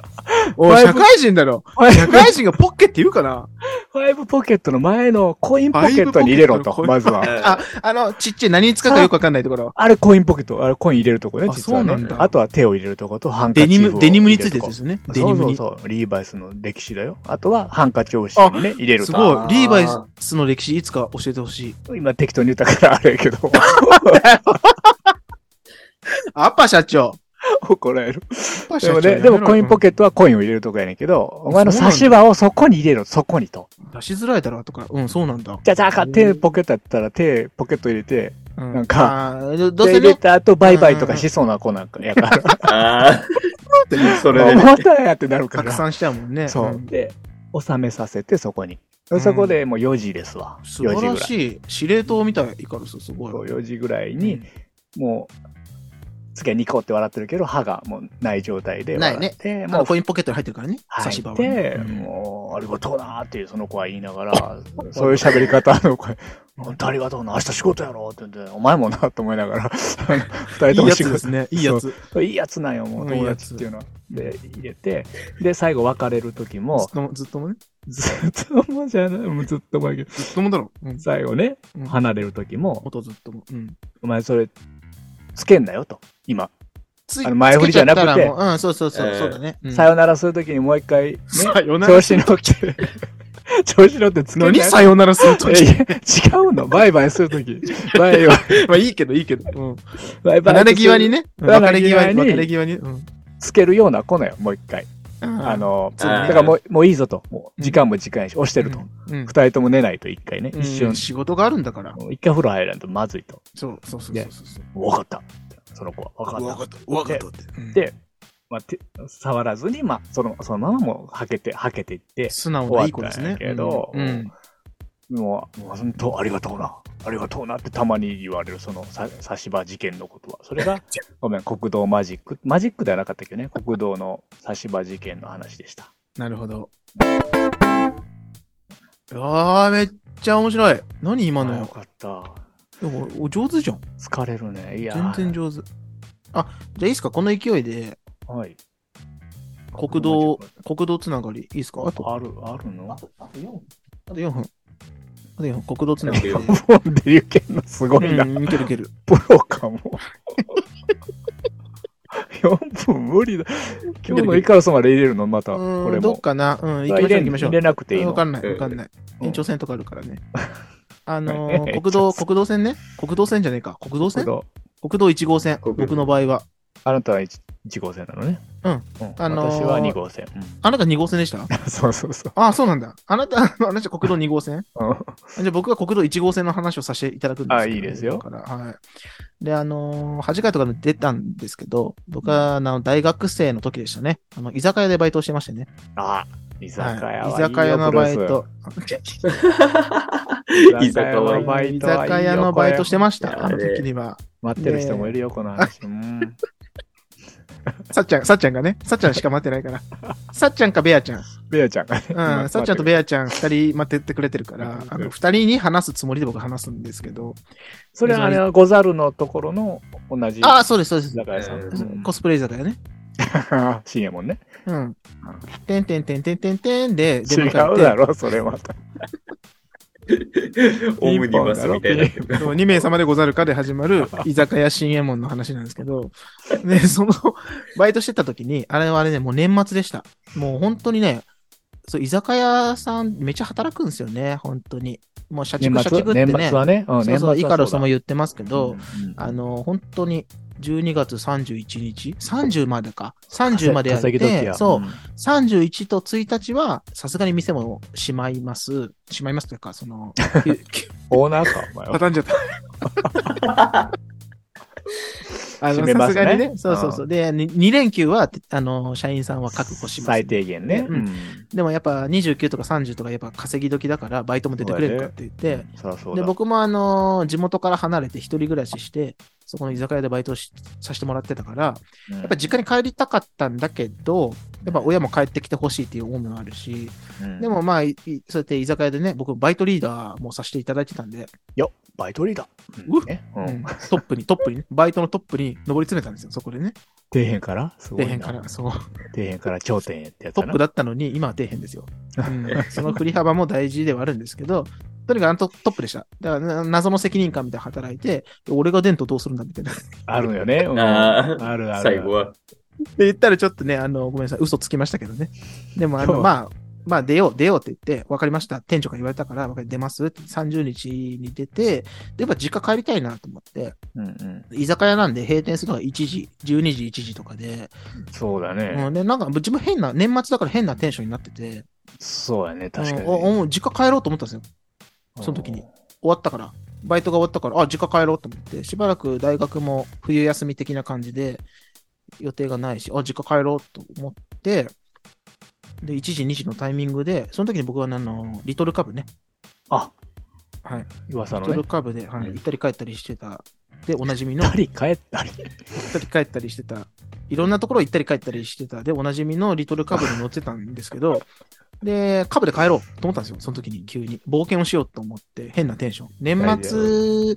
Speaker 2: おい、
Speaker 1: だいぶ
Speaker 2: 社会人だろ。
Speaker 1: ファイ
Speaker 2: 社
Speaker 1: ブ
Speaker 2: 会人がポッケって言うかな
Speaker 1: ファイブポケットの前のコインポケットに入れろと、
Speaker 2: ファ
Speaker 1: ま
Speaker 2: イ
Speaker 1: ずは。
Speaker 2: あ、あの、ちっちゃい何に使うかよくわかんないところ。
Speaker 1: あれコインポケット、あれコイン入れるとこね、
Speaker 2: あ
Speaker 1: 実はね。
Speaker 2: そうなんだ
Speaker 1: あとは手を入れるとことハンカチ
Speaker 2: デ
Speaker 1: を入れ
Speaker 2: ニ
Speaker 1: る
Speaker 2: ム、
Speaker 1: とこ。
Speaker 2: デニムについてですよね。デ
Speaker 1: そ
Speaker 2: ニ
Speaker 1: う
Speaker 2: ム
Speaker 1: そう
Speaker 2: に。
Speaker 1: そう。リーバイスの歴史だよ。あとはハンカチを後ろにね、入れる
Speaker 2: す
Speaker 1: と。
Speaker 2: ご
Speaker 3: あー
Speaker 2: い。リーバイスの歴史いつか教えてほしい。
Speaker 1: 今適当に言ったからあれやけど、
Speaker 2: アッパ社長。
Speaker 1: 怒られる。
Speaker 2: アッパ
Speaker 1: で
Speaker 2: 社
Speaker 1: も
Speaker 2: 長。
Speaker 1: ね、でもコインポケ
Speaker 2: ケ
Speaker 1: ットはコインを入れるとこやねんけど、お前の差し歯をそこに入れろ、そこにと。
Speaker 2: 出しづらいだろ、とか。うん、そうなんだ。
Speaker 1: じゃじゃあか、手ポケットやったら手ポケット入れて、
Speaker 2: うん
Speaker 1: なんか
Speaker 2: あー、どう
Speaker 1: 手
Speaker 2: せ
Speaker 1: 入
Speaker 2: ね、
Speaker 1: れ
Speaker 2: った
Speaker 1: 後バイバイとかしそうな子なんか やから、
Speaker 3: ああ、
Speaker 2: て
Speaker 3: それでね。
Speaker 1: またやってなるか
Speaker 2: 拡
Speaker 1: ら。
Speaker 2: 散しちゃうもんね。
Speaker 1: そ
Speaker 2: ん
Speaker 1: う。で、収めさせてそこに
Speaker 2: う。ん
Speaker 1: そこでもう4時ですわ。4時
Speaker 2: 素
Speaker 1: ぐら
Speaker 2: 晴
Speaker 1: い
Speaker 2: ら。しい。司令塔みたい。イカロス、すごい。
Speaker 1: そう4時ぐらいに、もう、次はニコって笑ってるけど、歯がもうない状態で
Speaker 2: ない
Speaker 1: 笑
Speaker 2: ね
Speaker 1: って、
Speaker 2: あ
Speaker 1: も
Speaker 2: の
Speaker 1: う
Speaker 2: コインポケットに入ってるからね、差
Speaker 1: 入
Speaker 2: し
Speaker 1: っ
Speaker 2: 歯は
Speaker 1: て、
Speaker 2: ね。うん
Speaker 1: もう、ありがとうなーっていう、その子は言いなが ら、そういう喋り方の声、本当ありがとうな、明日仕事やろって言って、お前もな、と思いながら、 あの二人と
Speaker 2: いい
Speaker 1: も
Speaker 2: や
Speaker 1: 仕
Speaker 2: つです
Speaker 1: 事、
Speaker 2: ね。いいやつ。
Speaker 1: いいやつなんよ、もう、
Speaker 2: うんいい
Speaker 1: 友
Speaker 2: や
Speaker 1: 達
Speaker 2: つ
Speaker 1: っていうのは。で、入れて、で、最後別れる時
Speaker 2: ず
Speaker 1: も
Speaker 2: っ、とも、ずっともね。
Speaker 1: ずっともじゃない、もうずっともやけど、
Speaker 2: ずっともだろ。うん。
Speaker 1: 最後ね、
Speaker 2: うん
Speaker 1: 離れる時も、
Speaker 2: 音ずっとも。うん。
Speaker 1: お前それ、つけんなよと、今。
Speaker 2: つい
Speaker 1: あの前振りじゃなくて
Speaker 2: つけちったらもううん、そうそうそ
Speaker 3: え
Speaker 2: う、
Speaker 3: ー
Speaker 2: そうだね。うん
Speaker 1: さよならする時にもう一回、ね、
Speaker 2: さよなら
Speaker 1: 調。子乗って、調子乗ってつけんなよ
Speaker 2: 何さよならすると
Speaker 1: いやいや違うのバイバイするとき。バイ バイ。
Speaker 2: まあいいけど、いいけど。うん。
Speaker 1: バイバイ。
Speaker 2: 離れ際に。ね。うん
Speaker 1: 離
Speaker 2: 別
Speaker 1: れ
Speaker 2: れ
Speaker 1: 際
Speaker 2: 際
Speaker 1: に
Speaker 2: に。別れ際に。うん。
Speaker 1: つけるような子なんよ、もう一回。あの、
Speaker 3: そう
Speaker 1: だ
Speaker 3: ね
Speaker 1: からもう、もういいぞと。もう時間も時間やし、押して
Speaker 2: て
Speaker 1: ると。。
Speaker 2: うん。
Speaker 1: 二人とも寝ないと一回ね。
Speaker 2: うん
Speaker 1: 一瞬、
Speaker 2: 仕事があるんだから。
Speaker 1: 一回風呂入らんとまずいと。
Speaker 2: そうそうそうそう
Speaker 1: ね
Speaker 2: そう。
Speaker 1: わかった。その子は。わかった。
Speaker 2: った、わ
Speaker 1: かった
Speaker 2: って。
Speaker 1: で、まあ、手触らずに、まあ、その、そのままもう、はけて、はけていって、
Speaker 2: 素直ないい子です
Speaker 1: 終わ
Speaker 2: ね
Speaker 1: っ。たんやけど
Speaker 2: うんうん
Speaker 1: もう、もう本当、ありがとうな。ありがとうなってたまに言われる、その、さ差し歯事件のことは。それ が、ごめん、国道マジック。マジックではなかったけどね、国道の差し歯事件の話でした。
Speaker 2: なるほど。あー、めっちゃ面白い。何今
Speaker 1: あよ
Speaker 2: の。
Speaker 1: かった。
Speaker 2: でもお上手じゃん。
Speaker 1: 疲れるね。いや
Speaker 2: 全
Speaker 1: ー。
Speaker 2: 然上手。あ、じゃあいいっすかこの勢いで、
Speaker 1: はい。
Speaker 2: 国道、国道つながり、いいっすかあと、
Speaker 1: ある、あるの
Speaker 2: あと4分。あと4分、国道つながり。
Speaker 3: あと
Speaker 2: う
Speaker 1: 日本で言うけんのすごいな。
Speaker 2: ん、いけるいける。
Speaker 1: プロかも。4分無理だ。今日のイカロスまで入れるのまた、
Speaker 2: う
Speaker 1: こ
Speaker 2: ー
Speaker 1: れ
Speaker 2: ん、どっ
Speaker 1: も。
Speaker 2: かな。うん、行
Speaker 1: 入
Speaker 2: きましょ
Speaker 1: れ
Speaker 2: う行きましょ
Speaker 1: 入
Speaker 2: う。
Speaker 1: れなくていいの
Speaker 2: わかんない、わかんない。
Speaker 1: うん
Speaker 2: 延長線とかあるか らね。あの
Speaker 1: え
Speaker 2: ー、
Speaker 1: え
Speaker 2: 国道、国道線ね。国道線じゃねえか。国
Speaker 1: 国
Speaker 2: 道線
Speaker 1: 道
Speaker 2: 国道1号線。
Speaker 3: 国道
Speaker 2: 僕の場合は。
Speaker 1: あなたは 1, 号線なのね。
Speaker 2: うん
Speaker 1: あ
Speaker 2: あ
Speaker 1: の
Speaker 2: のー
Speaker 1: 私は2号線。うん
Speaker 2: あなた2号線でした
Speaker 1: そうそうそう。
Speaker 2: ああ、 そうなんだ。あなた、あなた国道2号線
Speaker 1: うん
Speaker 2: じゃあ僕は国道1号線の話をさせていただくんですけど
Speaker 1: あいいですよ
Speaker 2: だからはい。で、あのー、8回とかで出たんですけど、僕は、あの、大学生の時でしたね。あの、居酒屋でバイトをしてましてね。
Speaker 1: あ、居酒屋はいいよ、
Speaker 2: はい居酒屋のバイト。
Speaker 1: 居酒屋のバイ
Speaker 2: 居
Speaker 1: トはいいよ。
Speaker 2: 酒屋のバイトしてました。
Speaker 3: こ
Speaker 2: あ
Speaker 3: れ
Speaker 2: の時には。
Speaker 1: 待ってる人もいるよ、この話。うん
Speaker 2: さっちゃん、さっちゃんがね、さっちゃんしか待ってないから。 さっちゃんかベアちゃん。
Speaker 1: ベアちゃんがね。
Speaker 2: うん、さっちゃんとベアちゃん二人待ってってくれてるから、あの、二人に話すつもりで僕話すんですけど。
Speaker 1: それはあれはゴザルのところの同じ
Speaker 2: あ
Speaker 1: 居
Speaker 2: あ、そうです、そうです。
Speaker 1: 酒屋さん。うん
Speaker 2: コスプレ居酒屋ね。
Speaker 1: 深夜もんね。
Speaker 2: うん。てんてんてんてんてんてんで、
Speaker 1: 違
Speaker 2: 出
Speaker 1: う
Speaker 2: 迎えて
Speaker 1: だろ、それまた。
Speaker 3: オムニバスみたいな。
Speaker 2: そう2名様でござるかで始ま る居酒屋新右衛門の話なんですけど、ね、その、バイトしてた時に、あれはあれね、もう年末でした。もう本当にね、そう、居酒屋さんめっちゃ働くんですよね、本当に。もう社
Speaker 1: 年
Speaker 2: 畜社
Speaker 1: 末
Speaker 2: 畜って
Speaker 1: 年
Speaker 2: ね
Speaker 1: 末、はね。うん
Speaker 2: そう
Speaker 1: 年末
Speaker 2: そう、
Speaker 1: は
Speaker 2: イカロスさんも
Speaker 1: 言う
Speaker 2: 言ってますけど、
Speaker 1: うん
Speaker 2: あの、本当に、12月31日 ?30 までか。30までやっ
Speaker 1: 稼ぎ時
Speaker 2: て、
Speaker 1: や。
Speaker 2: そう、
Speaker 1: ん。
Speaker 2: 31と1日は、さすがに店もしまいます。しまいますというか、その、
Speaker 1: オーナーか、お前は。
Speaker 2: 畳んじゃった。 あ
Speaker 1: 閉
Speaker 2: の、
Speaker 1: めま
Speaker 2: さ
Speaker 1: す
Speaker 2: す
Speaker 1: ね
Speaker 2: がにね。そうそうそう。で、に2連休は、あの、社員さんは覚悟します。
Speaker 1: 最低限ね。
Speaker 2: うん
Speaker 1: うん
Speaker 2: でもやっぱ29とか30とかやっぱ稼ぎ時だから、バイトも出てくれるかって言って、
Speaker 1: そりゃそう
Speaker 2: で、
Speaker 1: だ。
Speaker 2: 僕もあの、地元から離れて一人暮らしして、そこの居酒屋でバイトをしさせてもらってたから、
Speaker 1: うん
Speaker 2: やっぱ実家に帰りたかったんだけど、やっぱ親も帰ってきてほしいっていう思いもあるし、
Speaker 1: うん
Speaker 2: でもまあ、いいそうやって居酒屋でね、僕バイトリーダーもさせていただいてたんで、
Speaker 1: よっバイトリーダー。
Speaker 2: うっ
Speaker 1: ねう
Speaker 2: うんん、トップに、トップにね、バイトのトップに上り詰めたんですよ、そこでね。
Speaker 1: 底辺からすごい
Speaker 2: 底
Speaker 1: な
Speaker 2: 辺から、そう。
Speaker 1: 底辺から頂点へってやつ
Speaker 2: ト
Speaker 1: だ
Speaker 2: ッ
Speaker 1: な
Speaker 2: プだったのに、今は底辺で すよ。うん、その振り幅も大事ではあるんですけど、とにかくあのトトップでした。だからな謎の責任感みたいなの働いて、俺が出んとどうするんだみたいな。 で
Speaker 1: あるよね。うん
Speaker 3: あー
Speaker 1: あるある。
Speaker 3: 最後は。
Speaker 2: 言ったらちょっとね、あの、ごめんなさい、嘘つきましたけどね。でも、あの、まあ、まあ出よう、出ようって言って、わかりました。店長から言われたから、わかり出ますって30日に出て、で、やっぱ実家帰りたいなと思って、
Speaker 1: うんうん。
Speaker 2: 居酒屋なんで閉店するのが1時、12時、1時とかで、
Speaker 1: そうだね。
Speaker 2: うん、で、なんか自分変な、年末だから変なテンションになってて、
Speaker 1: そうやね。確かに
Speaker 2: うんお
Speaker 1: ね。
Speaker 2: お実家帰ろうと思ったんですよ。その時に。終わったから。バイトが終わったから、あ、実家帰ろうと思って、しばらく大学も冬休み的な感じで、予定がないし、あ、実家帰ろうと思って、で、1時、2時のタイミングで、その時に僕はねあの、リトルカブね。
Speaker 1: あ、
Speaker 2: はい。
Speaker 1: 噂
Speaker 2: リ
Speaker 1: の
Speaker 2: ト
Speaker 1: ね
Speaker 2: ル。カブで、は
Speaker 3: うん
Speaker 2: い、行ったり帰ったりしてたで、おなじみの
Speaker 1: たり帰ったり。
Speaker 2: 行ったり帰ったりしてた、いろんなところ行ったり帰ったりしてた、で、おなじみのリトルカブに乗ってたんですけど、で、カブで帰ろうと思ったんですよ、その時に急に。冒険をしようと思って、変なテンション。年末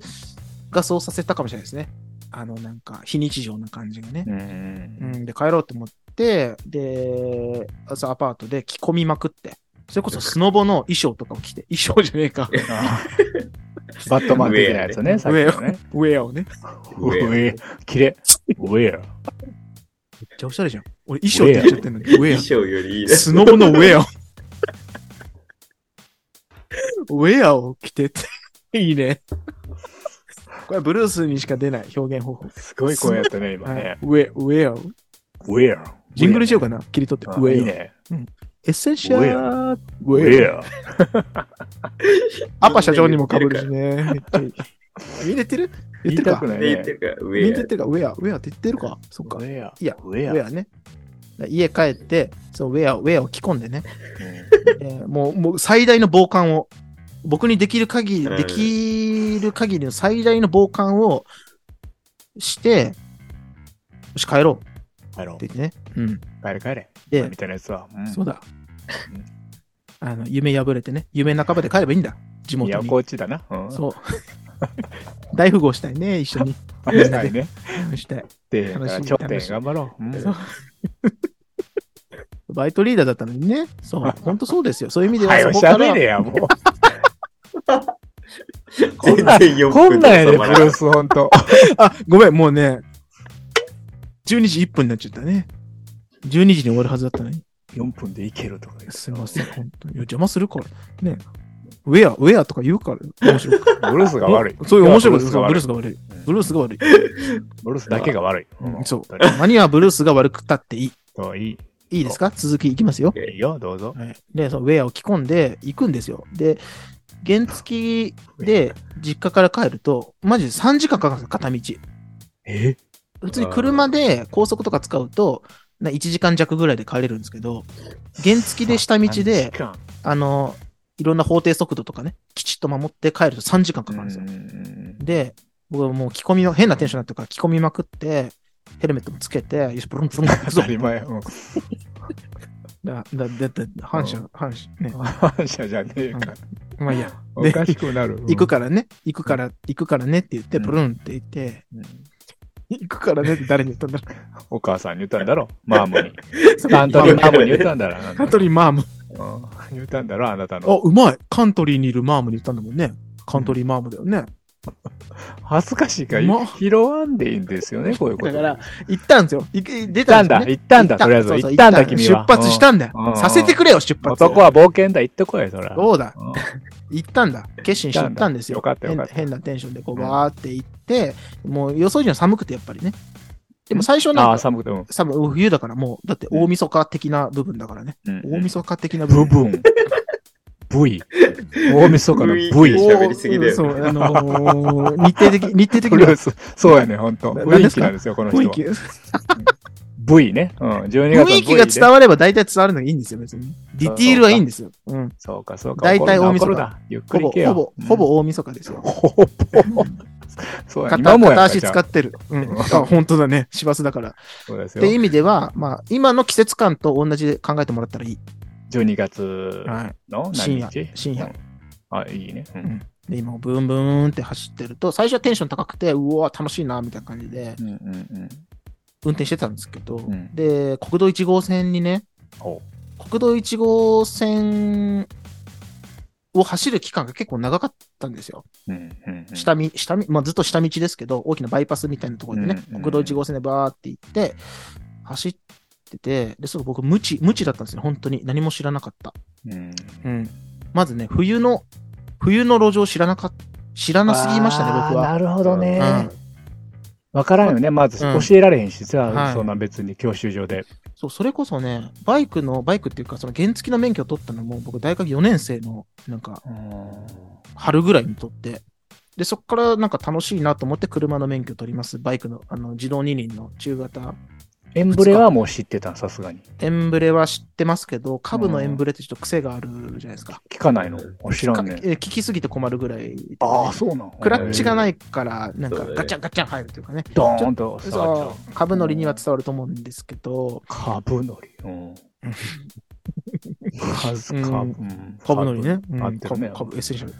Speaker 2: がそうさせたかもしれないですね。あの、なんか、非日常な感じがね。
Speaker 1: うん
Speaker 2: うん、で、帰ろうと思って、で、朝アパートで着込みまくって、それこそスノボの衣装とかを着て、衣装じゃねえか、
Speaker 1: あー バットマン的なやつね、さっきのね。
Speaker 2: ウェアをね。
Speaker 1: ウェア。きれウェア。
Speaker 2: めっちゃおしゃれじゃん。俺衣装って言っちゃってんのに、ウェア
Speaker 3: 衣。装よりいいです。
Speaker 2: スノボのウェアを。ウェアを着てて、いいね。これはブルースにしか出ない表現方法。
Speaker 1: すごい声やったね、今
Speaker 2: はい
Speaker 1: ね。
Speaker 2: ウェウェアを。
Speaker 1: ウェア。
Speaker 2: ジングルしようかな。切り取って。ウ
Speaker 1: あいい
Speaker 2: ェア。
Speaker 1: ね。
Speaker 2: エッセンシャル。ウ
Speaker 1: ウ
Speaker 2: ェア。
Speaker 1: ェア。
Speaker 2: アパ社長にも被るしね。めっちゃいい。見れてる言
Speaker 1: 言
Speaker 2: っ
Speaker 1: い
Speaker 2: てる
Speaker 1: た
Speaker 2: か
Speaker 1: くない
Speaker 3: で言っ
Speaker 1: ね
Speaker 3: て。るから、ウ
Speaker 2: 見れて
Speaker 3: ェ
Speaker 2: るかウェア。ウェアって言ってるか。そっか
Speaker 1: ウ。ェア。
Speaker 2: いや
Speaker 1: ウ
Speaker 2: ウ
Speaker 1: ェア。
Speaker 2: ェアね。家帰って、そう、ウェア、ウェアを着込んでね。えーもう、もう最大の傍観を、僕にできる限
Speaker 3: う
Speaker 2: り、
Speaker 3: ん
Speaker 2: できる限りの最大の傍観をして、よし、帰ろうっ
Speaker 1: 帰ろう
Speaker 2: て。言ってね。うん。
Speaker 1: 帰れ帰れ。
Speaker 2: で
Speaker 1: み、たいなやつは。うん
Speaker 2: そうだ
Speaker 1: うん。
Speaker 2: あの、夢破れてね、夢半ばで帰ればいいんだ。地
Speaker 1: い
Speaker 2: 元
Speaker 1: や、
Speaker 2: に。
Speaker 1: こっちだな。うん。
Speaker 2: そう。 大富豪したいね、一緒に。
Speaker 1: ありたいね。
Speaker 2: したい。
Speaker 1: で、だから
Speaker 2: 楽しい
Speaker 1: 頂点
Speaker 2: 楽しい
Speaker 1: 頑張ろう。うん
Speaker 2: そうバイトリーダーだったのにね。そう。本当そうですよ。そういう意味では、
Speaker 1: はよ、
Speaker 2: そ
Speaker 1: し
Speaker 2: こ
Speaker 1: ゃ
Speaker 2: から
Speaker 1: べれや、もう。
Speaker 3: ア。全然 よく
Speaker 1: こんなんや
Speaker 3: 収
Speaker 1: で、ブ
Speaker 3: ま
Speaker 1: ル
Speaker 3: らない
Speaker 1: ース、ほんと。
Speaker 2: あ、ごめん、もうね、12時1分になっちゃったね。12時に終わるはずだったのに。
Speaker 1: 4分でいけるとか言って
Speaker 2: すいません、本当に。いや邪魔するから。ね。ウェア、ウェアとか言うから、面白く。
Speaker 1: ブルースが悪い。
Speaker 2: そういう面白いです
Speaker 1: ブ
Speaker 2: か
Speaker 1: ル
Speaker 2: ブ
Speaker 1: ー
Speaker 2: ルー
Speaker 1: ス
Speaker 2: ス
Speaker 1: が
Speaker 2: が
Speaker 1: 悪い。
Speaker 2: 悪い。
Speaker 1: うん
Speaker 2: ブルースが悪い。
Speaker 1: ブルースだけが悪い。
Speaker 2: うん
Speaker 1: ん
Speaker 2: そう。たまにはブルースが悪くたっていい。
Speaker 1: そういい。
Speaker 2: いいですか続きいきますよ。
Speaker 1: いいよ、どうぞ。
Speaker 2: はい、で、そのウェアを着込んで行くんですよ。で、原付きで実家から帰ると、マジで3時間かかるんですよ片道。
Speaker 1: え
Speaker 2: 普通に車で高速とか使うと、な1時間弱ぐらいで帰れるんですけど、原付きで下道で、あの、いろんな法定速度とかね、きちっと守って帰ると3時間かかるんですよ。で、僕はもう着込みの、変なテンションになってるから着込みまくって、ヘルメットもつけて、よし、ブルンブルン、
Speaker 1: 当たり前。うん
Speaker 2: だ、だ、だ、だ、反射、反射、ね。
Speaker 1: 反射じゃねえか。
Speaker 2: まあいいや。
Speaker 1: お
Speaker 2: で
Speaker 1: かしくなる。
Speaker 2: 行くからね、行くから、行くからねって言って、
Speaker 1: うん
Speaker 2: ブルンって言って、
Speaker 1: うん。
Speaker 2: 行くからねって誰に言ったんだろ
Speaker 1: お母さんに言ったんだろ、マームに。
Speaker 2: う。
Speaker 1: カントリーマームに言ったんだろ。あ
Speaker 2: カ
Speaker 1: な
Speaker 2: ントリーマー ム。
Speaker 1: たうん言ったんだろ、あなた
Speaker 2: あ
Speaker 1: の。、
Speaker 2: うまい。カントリーにいるマームに言ったんだもんね。カントリーマームだよね。
Speaker 1: 恥ずかしいから
Speaker 2: うまっ、
Speaker 1: 拾わんでいいんですよね、こういうこと。
Speaker 2: だから、行ったんですよ。行く出
Speaker 1: 行った
Speaker 2: た
Speaker 1: ん
Speaker 2: んですよ
Speaker 1: だ、
Speaker 2: ね、
Speaker 1: 行ったんだ、とりあえず。
Speaker 2: そうそう
Speaker 1: 行ったんだ、君は。
Speaker 2: 出発したんだよ
Speaker 1: うん。
Speaker 2: させてくれよ、出
Speaker 1: うん
Speaker 2: 発。
Speaker 1: 男は冒険だ、行ってこい、そら。
Speaker 2: そうだ。
Speaker 1: うん
Speaker 2: 行ったんだ。決心して行ったんですよ。
Speaker 1: よかったよかった
Speaker 2: 変変なテンションで、こう、わーって行って、もう予想以上に寒くて、やっぱりね。でも最初は
Speaker 1: あ
Speaker 2: な
Speaker 1: あ、
Speaker 2: んか、
Speaker 1: 寒くても。
Speaker 2: 寒い冬だからもう、だって大晦日的な部分だからね。
Speaker 1: うん
Speaker 2: 大晦日的な
Speaker 1: 部
Speaker 2: 部分。
Speaker 1: 分。V。大晦日の V。
Speaker 3: V 喋りすぎだよ
Speaker 2: そう、あのー、日 程的、日程的
Speaker 1: これ
Speaker 2: には
Speaker 1: はそそうやね、ほんと。
Speaker 2: な
Speaker 1: 雰
Speaker 2: 何で
Speaker 1: 囲
Speaker 2: す
Speaker 1: 気
Speaker 2: か
Speaker 1: なんですよ、この人
Speaker 2: 雰囲
Speaker 1: は
Speaker 2: 気。、
Speaker 1: V ね。うん、12月
Speaker 2: 雰囲気が伝
Speaker 1: わ
Speaker 2: われば大体伝わるのがいいんですよ、別に。ディティールはいいんですよ。うん。
Speaker 1: そうか、そうか。
Speaker 2: 大体大晦
Speaker 1: 怒
Speaker 2: 日
Speaker 1: るな怒るなゆっく
Speaker 2: ほ
Speaker 1: り
Speaker 2: ぼ、
Speaker 1: 行け
Speaker 2: ほ
Speaker 1: よ。
Speaker 2: ぼ
Speaker 1: う、ん
Speaker 2: ほ、ぼ大晦日ですよ。
Speaker 1: ほぼ。そうや、
Speaker 2: 片
Speaker 1: 今もや
Speaker 2: 片
Speaker 1: から
Speaker 2: 足
Speaker 1: じゃ
Speaker 2: 使
Speaker 1: あ
Speaker 2: ってる。うん。あ、本当だね。市バスだから。っ
Speaker 1: そうです
Speaker 2: ていう
Speaker 1: よ。
Speaker 2: 意味では、まあ、今の季節感と同じで考えてもらったらいい。
Speaker 1: 12月
Speaker 2: は
Speaker 1: の何
Speaker 2: 深夜
Speaker 1: 日
Speaker 2: 深夜。
Speaker 1: うんあ、いいね。うん
Speaker 2: い。で、今、ブーンブーンって走ってると、最初はテンション高くて、うわ楽しいな、みたいな感じで、
Speaker 1: うんうん
Speaker 2: 運転してたんですけど、
Speaker 1: ん
Speaker 2: で、国道1号線にね、
Speaker 1: ほ
Speaker 2: 国道1号線を走る期間が結構長かったんですよ。
Speaker 1: うん。うんうんうん。
Speaker 2: 下見、下見、まあ、ずっと下道ですけど、大きなバイパスみたいなところでね、
Speaker 1: うんうんうん
Speaker 2: 国道1号線でバーって行って、走ってて、で、そう、僕、無知、無知だったんですね、本当に。何も知らなかった。
Speaker 1: うん。
Speaker 2: うん。まずね、冬の、冬の路上知らなかっ知らなすぎましたね、
Speaker 1: あー
Speaker 2: 僕は。
Speaker 1: なるほどね。
Speaker 2: うん
Speaker 1: わからんよね。まず
Speaker 2: うん
Speaker 1: 教えられへんしさ、
Speaker 2: はい
Speaker 1: そんな別に教習所で。
Speaker 2: そう、それこそね、バイクの、バイクっていうか、その原付の免許を取ったのも、僕、大学4年生の、なんか、春ぐらいに取って、で、そこからなんか楽しいなと思って、車の免許取ります。バイクの、あの、自動二輪の中型
Speaker 1: エンブレはもう知ってた、さすがに。
Speaker 2: エンブレは知ってますけど、株のエンブレってちょっと癖があるじゃないですか。
Speaker 1: 聞かないの。あ知らん
Speaker 2: か
Speaker 1: ね。
Speaker 2: えー聞きすぎて困るぐらい。
Speaker 1: ああ、そうなの。
Speaker 2: クラッチが
Speaker 1: い。
Speaker 2: ないから、なん
Speaker 3: そ
Speaker 2: か
Speaker 3: うだね
Speaker 2: ガチャンガチャン入るというかね。
Speaker 1: ドーンと下がっちゃう
Speaker 2: そ。う株のりには伝わると思うんですけど、
Speaker 1: 株のり。うん。数
Speaker 2: うん
Speaker 1: 株。うん
Speaker 2: 株のりね。うん
Speaker 1: 合ってるね
Speaker 2: 株株エッセンシャル。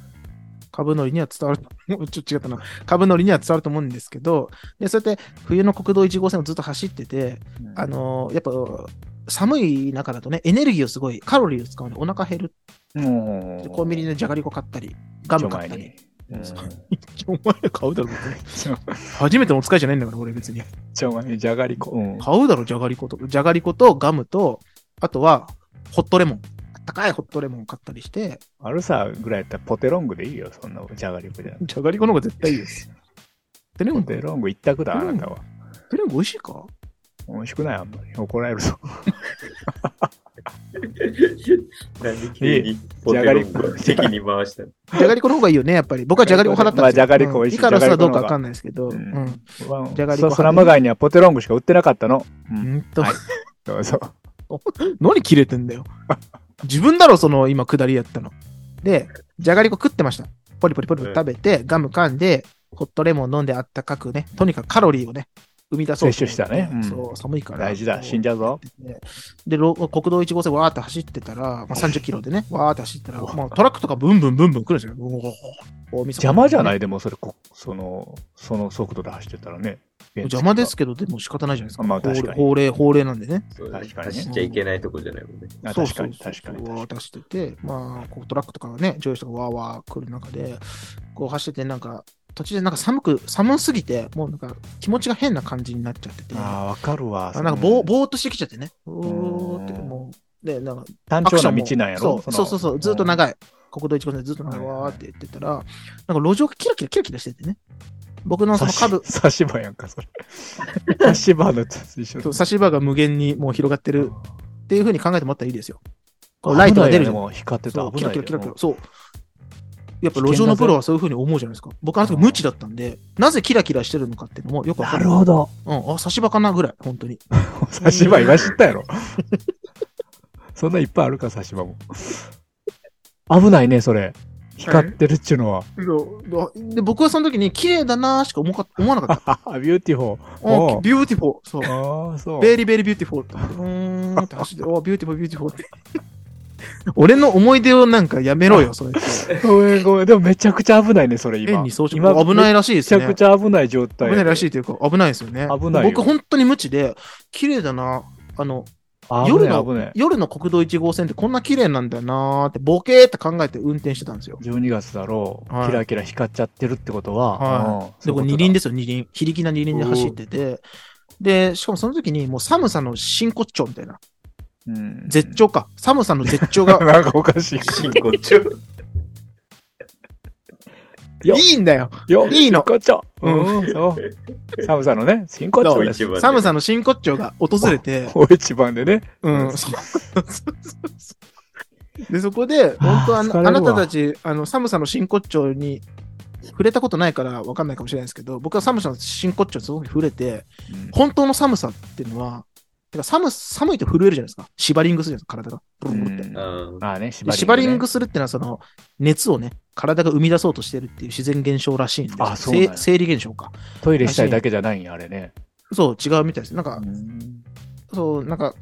Speaker 2: 株のりには伝わると 思う、ちょっと違ったな。株のりには伝わると思うんですけど、で、そうやって冬の国道1号線をずっと走ってて、あ、のーやっぱ、寒い中だとね、エネルギーをすごい、カロリーを使うので、お腹減る。
Speaker 1: うん
Speaker 2: コンビニでじゃがりこ買ったり、ガム買ったり。。
Speaker 1: うん
Speaker 2: そ
Speaker 1: ち
Speaker 2: う
Speaker 1: ょ
Speaker 2: 一応お前買うだろ、別に
Speaker 1: 前に
Speaker 2: 初めてのお使いじゃないんだから、俺別に。
Speaker 1: ちょ前にじゃがりこ。うん。
Speaker 2: 買うだろ、じゃがりこと。じゃがりことガムと、あとは、ホットレモン。あったかいホットレモンを買ったりして、
Speaker 1: あるさぐらいやったらポテロングでいいよ、そんなじゃがりこじゃなくて。
Speaker 2: じゃがりこの方が絶対いいです。でね、
Speaker 1: ポ
Speaker 2: ホ
Speaker 1: テロング一択だ、あ
Speaker 2: うん
Speaker 1: なたは。
Speaker 2: テレモン美味しいか
Speaker 1: 美味しくない、あんまり。怒られるぞ。
Speaker 3: なんで急にポテロングを敵に回したの
Speaker 2: じゃがりこの方がいいよね、やっぱり。僕はじゃがりこ派だったんです
Speaker 1: まあじゃがりこ美味しい
Speaker 2: うんイカロスはどう
Speaker 1: じゃがりこの方
Speaker 2: か
Speaker 1: が
Speaker 2: わかんないですけど。う
Speaker 1: うん
Speaker 2: ん。じ
Speaker 1: じ
Speaker 2: ゃ
Speaker 1: ゃ
Speaker 2: が
Speaker 1: が
Speaker 2: り
Speaker 1: り
Speaker 2: こ
Speaker 1: こ。スラム街にはポテロングしか売ってなかったの。う。
Speaker 2: うんんと
Speaker 1: はい、そうそう。
Speaker 2: 何切れてんだよ。 自分だろ、その、今、下りやったの。で、じゃがりこ食ってました。ポリポリポリポリ食べて、ガム噛んで、ホットレモン飲んであったかくね、とにかくカロリーをね、生み出そうと思って。
Speaker 1: 摂取したねうん
Speaker 2: そう、寒いから。
Speaker 1: 大事だ、死ん
Speaker 2: ゃ
Speaker 1: じゃうぞ。
Speaker 2: で、ろ国道1号線わーって走ってたら、まあ、30キロでね、わーって走ったら、まあ、トラックとかブンブンブンブン来るんですよ。邪
Speaker 1: 邪魔じゃないいでも、それ、こその、その速度で走ってたらね。
Speaker 2: 邪魔ですけど、でも仕方ないじゃないですか。
Speaker 1: まあ確かに
Speaker 2: 法令、法令なんでね。
Speaker 3: そう
Speaker 1: 確かにね
Speaker 3: 走っちゃいけないとこじゃないもんね。
Speaker 1: あ
Speaker 2: そう
Speaker 1: 確
Speaker 2: そ
Speaker 1: か
Speaker 2: う
Speaker 1: に、
Speaker 2: そう
Speaker 1: 確かに。
Speaker 2: こう渡してて、まあ、こうトラックとかね、乗用車とかわーわー来る中で、こう走ってて、なんか、途中でなんか寒く、寒すぎて、もうなんか気持ちが変な感じになっちゃってて、
Speaker 1: あ
Speaker 2: あ
Speaker 1: あ、わかるわ。
Speaker 2: なんかぼーぼーっとしてきちゃってね、
Speaker 1: ん
Speaker 2: おーって、もう、で、なんか、
Speaker 1: 単
Speaker 2: アク
Speaker 1: 調
Speaker 2: ショ
Speaker 1: な
Speaker 2: ンも
Speaker 1: 道なんやろ
Speaker 2: そうそうそうそう、ずっと
Speaker 1: い。
Speaker 2: 長い。国道1号線ずっと長い
Speaker 1: はいはい
Speaker 2: わーって言ってたら、なんか路上がキラキラキラキラしててね、僕のその株、
Speaker 1: 差し歯やんか、それ。差し歯のやつ一緒
Speaker 2: そう差し場が無限にもう広がってるっていうふうに考えてもらったらいいですよ。こう
Speaker 1: 危
Speaker 2: ライト
Speaker 1: な
Speaker 2: が
Speaker 1: い
Speaker 2: 出
Speaker 1: よね
Speaker 2: るじゃん
Speaker 1: もう光って
Speaker 2: そ
Speaker 1: た。
Speaker 2: う
Speaker 1: 危
Speaker 2: キ
Speaker 1: ない
Speaker 2: ラキ
Speaker 1: よ
Speaker 2: ラキラキラ。そう。やっぱ路上のプロはそういうふうに思うじゃないですか。僕あの時無知だったんで、なぜキラキラしてるのかっていうのもよくわか
Speaker 1: な
Speaker 2: る。
Speaker 1: るほど。
Speaker 2: うん、あ、差し場かなぐらい、本当に。
Speaker 1: 差し歯今知ったやろ。 そんないっぱいあるか、差し歯も。危ないね、それ。光ってるっちゅうのは。
Speaker 2: で、僕はその時に綺麗だなーしか思か思わなかっ
Speaker 1: ビューティフォ
Speaker 2: た。うん
Speaker 1: おう
Speaker 2: ビューティフォー。そう。
Speaker 1: ー。ああ、そう。
Speaker 2: ベリーベリービューティフォーって。うーんって走って、おビューティフォー、ビューティフォーって。 俺の思い出をなんかやめろよ、それって。
Speaker 1: ごめんごめん。でもめちゃくちゃ危ないね、それ今。
Speaker 2: 変に装飾
Speaker 1: 今
Speaker 2: 危ないらしいで
Speaker 1: め
Speaker 2: す
Speaker 1: ち
Speaker 2: ね。
Speaker 1: ゃくちゃ危ない状態。
Speaker 2: 危ないらし
Speaker 1: い。
Speaker 2: いというか、危ないですよね。
Speaker 1: 危ないよ
Speaker 2: 僕、本当に無知で、綺麗だな。あの、
Speaker 1: 夜
Speaker 2: 夜の
Speaker 1: 危ない。
Speaker 2: 夜の国道1号線ってこんな綺麗なんだよなーって、ボケーって考えて運転してたんですよ。
Speaker 1: 12月だろう、
Speaker 2: はい
Speaker 1: キラキラ光っちゃってるってことは、
Speaker 2: はい
Speaker 1: うん
Speaker 2: で、これ二輪ですよ、二輪。非力な二輪で走ってて。で、しかもその時に、もう寒さの真骨頂みたいな。
Speaker 1: うん
Speaker 2: 絶頂か。寒さの絶頂が、
Speaker 1: なんかおかしい。
Speaker 3: 進行中。
Speaker 1: よ
Speaker 2: いいんだよ。
Speaker 1: よ
Speaker 2: いいの
Speaker 1: 真骨頂
Speaker 2: う
Speaker 1: うん、そう。寒さのね、真骨頂です。
Speaker 3: 一番で
Speaker 2: 寒さの真骨頂が訪れて、
Speaker 1: 大一番でね。
Speaker 2: うん、そう。で、そこで、本当はあ
Speaker 1: 疲れる
Speaker 2: の
Speaker 1: わ
Speaker 2: あなたたち、あの、寒さの真骨頂に触れたことないからわかんないかもしれないですけど、僕は寒さの真骨頂にすごく触れて、本当の寒さっていうのは、てか寒寒いと震えるじゃないですか。シバリングするじゃないですか、体が。ブルブルって。
Speaker 1: うん
Speaker 2: で
Speaker 3: あ
Speaker 1: まあね、シ
Speaker 2: シバリン
Speaker 1: ね
Speaker 2: グするっていうのは、その、熱をね、体が生み出そうとしてるっていう自然現象らしいんで、
Speaker 1: あそうなんや
Speaker 2: せ生理現象か。
Speaker 1: トイレしたいだけじゃないんや、あれね。
Speaker 2: そう、違うみたいです。なんか、そう、なんか、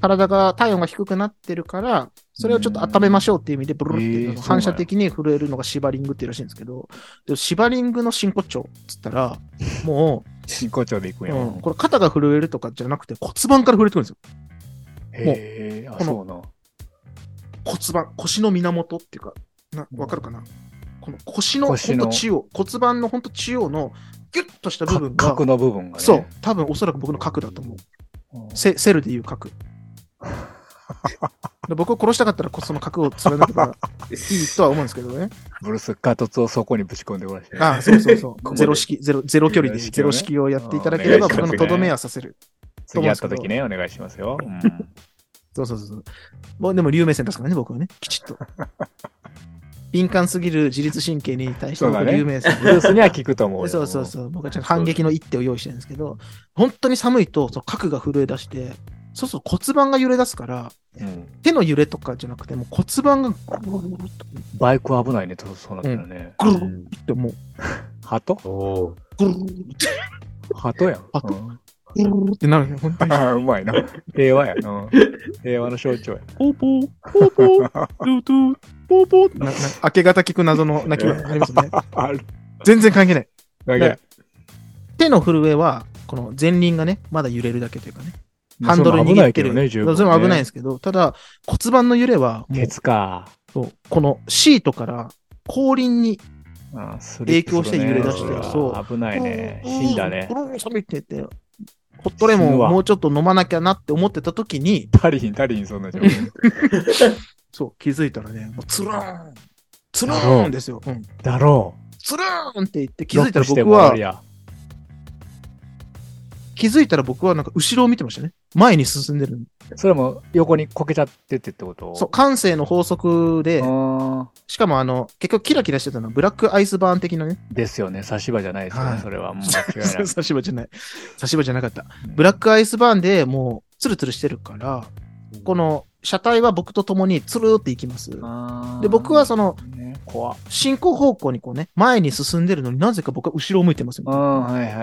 Speaker 2: 体が、体温が低くなってるから、それをちょっと温めましょうっていう意味で、ブルルっていうの
Speaker 1: えー
Speaker 2: が反射的に震えるのがシバリングっていうらしいんですけど、でもシバリングの真骨頂っつったら、も
Speaker 1: 真骨頂で行く
Speaker 2: う、
Speaker 1: んや。
Speaker 2: うんこれ肩が震えるとかじゃなくて骨盤から震えてくるんですよ。
Speaker 1: へえ、あ、
Speaker 2: この
Speaker 1: そうな。
Speaker 2: 骨盤、腰の源っていうか、な、わかるかなこの腰の、
Speaker 1: 腰
Speaker 2: ほん
Speaker 1: の
Speaker 2: と中央、骨盤のほんと中央の、ギュッとした部分が、
Speaker 1: 角の部分がね。
Speaker 2: そう、多分おそらく僕の核だと思う。
Speaker 1: うん。
Speaker 2: セセルでいう核。で僕を殺したかったらこその核を貫けばいいとは思うんですけどね。
Speaker 1: ブルース・ガトツをそこにぶち込んでおらして。
Speaker 2: ああそうそうそ
Speaker 3: ここ
Speaker 2: う。
Speaker 3: で
Speaker 2: ゼロ式、ゼロ、ゼロ距離で
Speaker 1: ゼロ式をね
Speaker 2: ゼロ式をやっていただければ
Speaker 1: うん
Speaker 2: 僕のとどめはさせる。
Speaker 1: 次会った時ね、お願いしますよ。うん
Speaker 2: そうそうそうそう。もうでも、竜明線ですからね、僕はね。きちっと。敏感すぎる自律神経に対して
Speaker 1: そうだね
Speaker 2: 僕有名です。
Speaker 1: ニュースには聞くと思う
Speaker 2: で
Speaker 1: よ。
Speaker 2: そうそうそう。僕はちょっと反撃の一手を用意してるんですけど、本当に寒いと、その核が震え出して、そうそう骨盤が揺れ出すから、
Speaker 1: うん。
Speaker 2: 手の揺れとかじゃなくて、もう骨盤がゴロゴロゴロっと
Speaker 1: バイク危ないね、とそうなったらね。
Speaker 2: ゴロゴロってもう、
Speaker 1: 鳩
Speaker 3: おお
Speaker 2: ゴロゴロって
Speaker 1: 鳩やん。
Speaker 2: 鳩
Speaker 1: うん
Speaker 2: ゴロゴロってなるね、本当に。
Speaker 1: ああ、うまいな。平和や。うん。平和の象徴や。
Speaker 2: ポーポー、ポーポー、ドゥドゥ、ポーポー なな明け方聞く謎の泣き 声ありますよね。
Speaker 1: ある。
Speaker 2: 全然関係ない。
Speaker 1: だけ
Speaker 2: 手の震えは、この前輪がね、まだ揺れるだけというかね。ハンドル
Speaker 1: そんな危
Speaker 2: 握
Speaker 1: な
Speaker 2: っ
Speaker 1: いけ
Speaker 2: て
Speaker 1: ど
Speaker 2: る。
Speaker 1: ね、十分ね
Speaker 2: それも危ないんですけど、ただ骨盤の揺れはもう、
Speaker 1: 鉄か。
Speaker 2: そうこのシートから後輪に
Speaker 1: うんスリ
Speaker 2: 影
Speaker 1: ップす
Speaker 2: 響し
Speaker 1: る
Speaker 2: て
Speaker 1: ね
Speaker 2: 揺れ出して
Speaker 3: る、
Speaker 2: そう。
Speaker 1: 危ないね。死んだね
Speaker 2: う。ん。うん寒いって言って、ホットレモ
Speaker 1: 死
Speaker 2: ン
Speaker 1: ぬ
Speaker 2: を
Speaker 1: わ
Speaker 2: もうちょっと飲まなきゃなって思ってた時に、
Speaker 1: 足りひん、足りひん、そんな状況。
Speaker 2: そう、気づいたらね、もうつるーンつるーンですよ。うん。
Speaker 1: だろう。
Speaker 2: つるーンって言って、気づい
Speaker 1: ロッ
Speaker 2: たら
Speaker 1: クして
Speaker 2: 僕
Speaker 1: も終わ
Speaker 2: は
Speaker 1: り、や
Speaker 2: 気づいたら僕はなんか後ろを見てましたね。前に進んでる。
Speaker 1: それも横にこけちゃってってってこと
Speaker 2: そう、感性の法則で、
Speaker 1: あ
Speaker 2: しかもあの、結局キラキラしてたのはブラックアイスバーン的なね。
Speaker 1: ーですよね。差し歯じゃないですよね。
Speaker 2: はい
Speaker 1: それはもう 間違いない。
Speaker 2: 差し歯じゃない。差し歯じゃなかった。ブラックアイスバーンでもうツルツルしてるから、この車体は僕と共にツルーっていきます。
Speaker 1: あー
Speaker 2: で、僕はその
Speaker 1: ね、怖っ
Speaker 2: 進行方向にこうね、前に進んでるのになぜか僕は後ろを向いてます
Speaker 1: う
Speaker 2: よ。
Speaker 1: ん、はいはいはい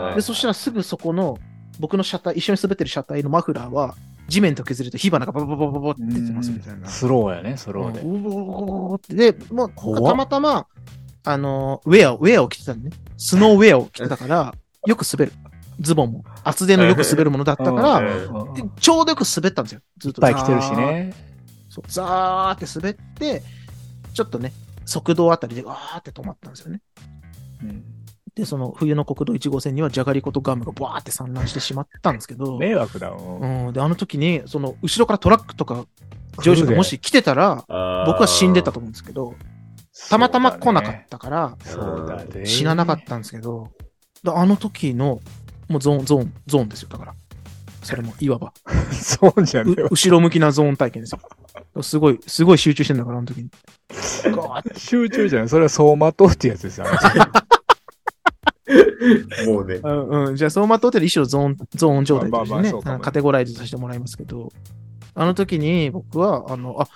Speaker 1: はい。
Speaker 2: で、そしたらすぐそこの僕の車体、一緒に滑ってる車体のマフラーは地面と削れて火花がババババババって出てますみたいな。
Speaker 1: スローやね、スローで。
Speaker 2: うんうおおおおってで、もう
Speaker 1: 怖った
Speaker 2: またま、あのー、ウェアを、ウェアを着てたんでね。スノーウェアを着てたから、よく滑る。ズボンも。厚手のよく滑るものだったか
Speaker 1: う
Speaker 2: ら、
Speaker 1: んうんうん
Speaker 2: で
Speaker 1: いっ
Speaker 2: ちょうどよく滑ったんですよ。ずっと。
Speaker 1: ぱい来てるし。ね。
Speaker 2: そう、ザーって滑って、ちょっとね、速道あたりでわーって止まったんですよね。
Speaker 1: うん
Speaker 2: で、その冬の国道1号線にはじゃがりことガムがバーって散乱してしまったんですけど、
Speaker 1: 迷惑だも。
Speaker 2: うんん、で、あの時に、その後ろからトラックとか、ジョージがもし来てたら、僕は死んでたと思うんですけど、たまたま来なかったから、
Speaker 1: そうだね。
Speaker 2: 死ななかったんですけど、だあの時の、もうゾーン、ゾーン、ゾーンですよ、だから。それも、いわば、
Speaker 1: た。そうじゃ
Speaker 2: う
Speaker 1: ねえわ。
Speaker 2: 後ろ向きなゾーン体験ですよ。すごい、すごい集中してんだから、あの時 に。ガーって
Speaker 1: 集中じゃない。それは走馬灯ってやつですよ。あ
Speaker 3: もうね、
Speaker 2: うんうん、じゃあ、相馬灯って一種のゾーン、ゾーン状態
Speaker 1: ま
Speaker 2: と
Speaker 1: あ
Speaker 2: し
Speaker 1: まあ
Speaker 2: てね、
Speaker 1: そうかもね
Speaker 2: カテゴライズさせてもらいますけど、あの時に僕は、あの、あ、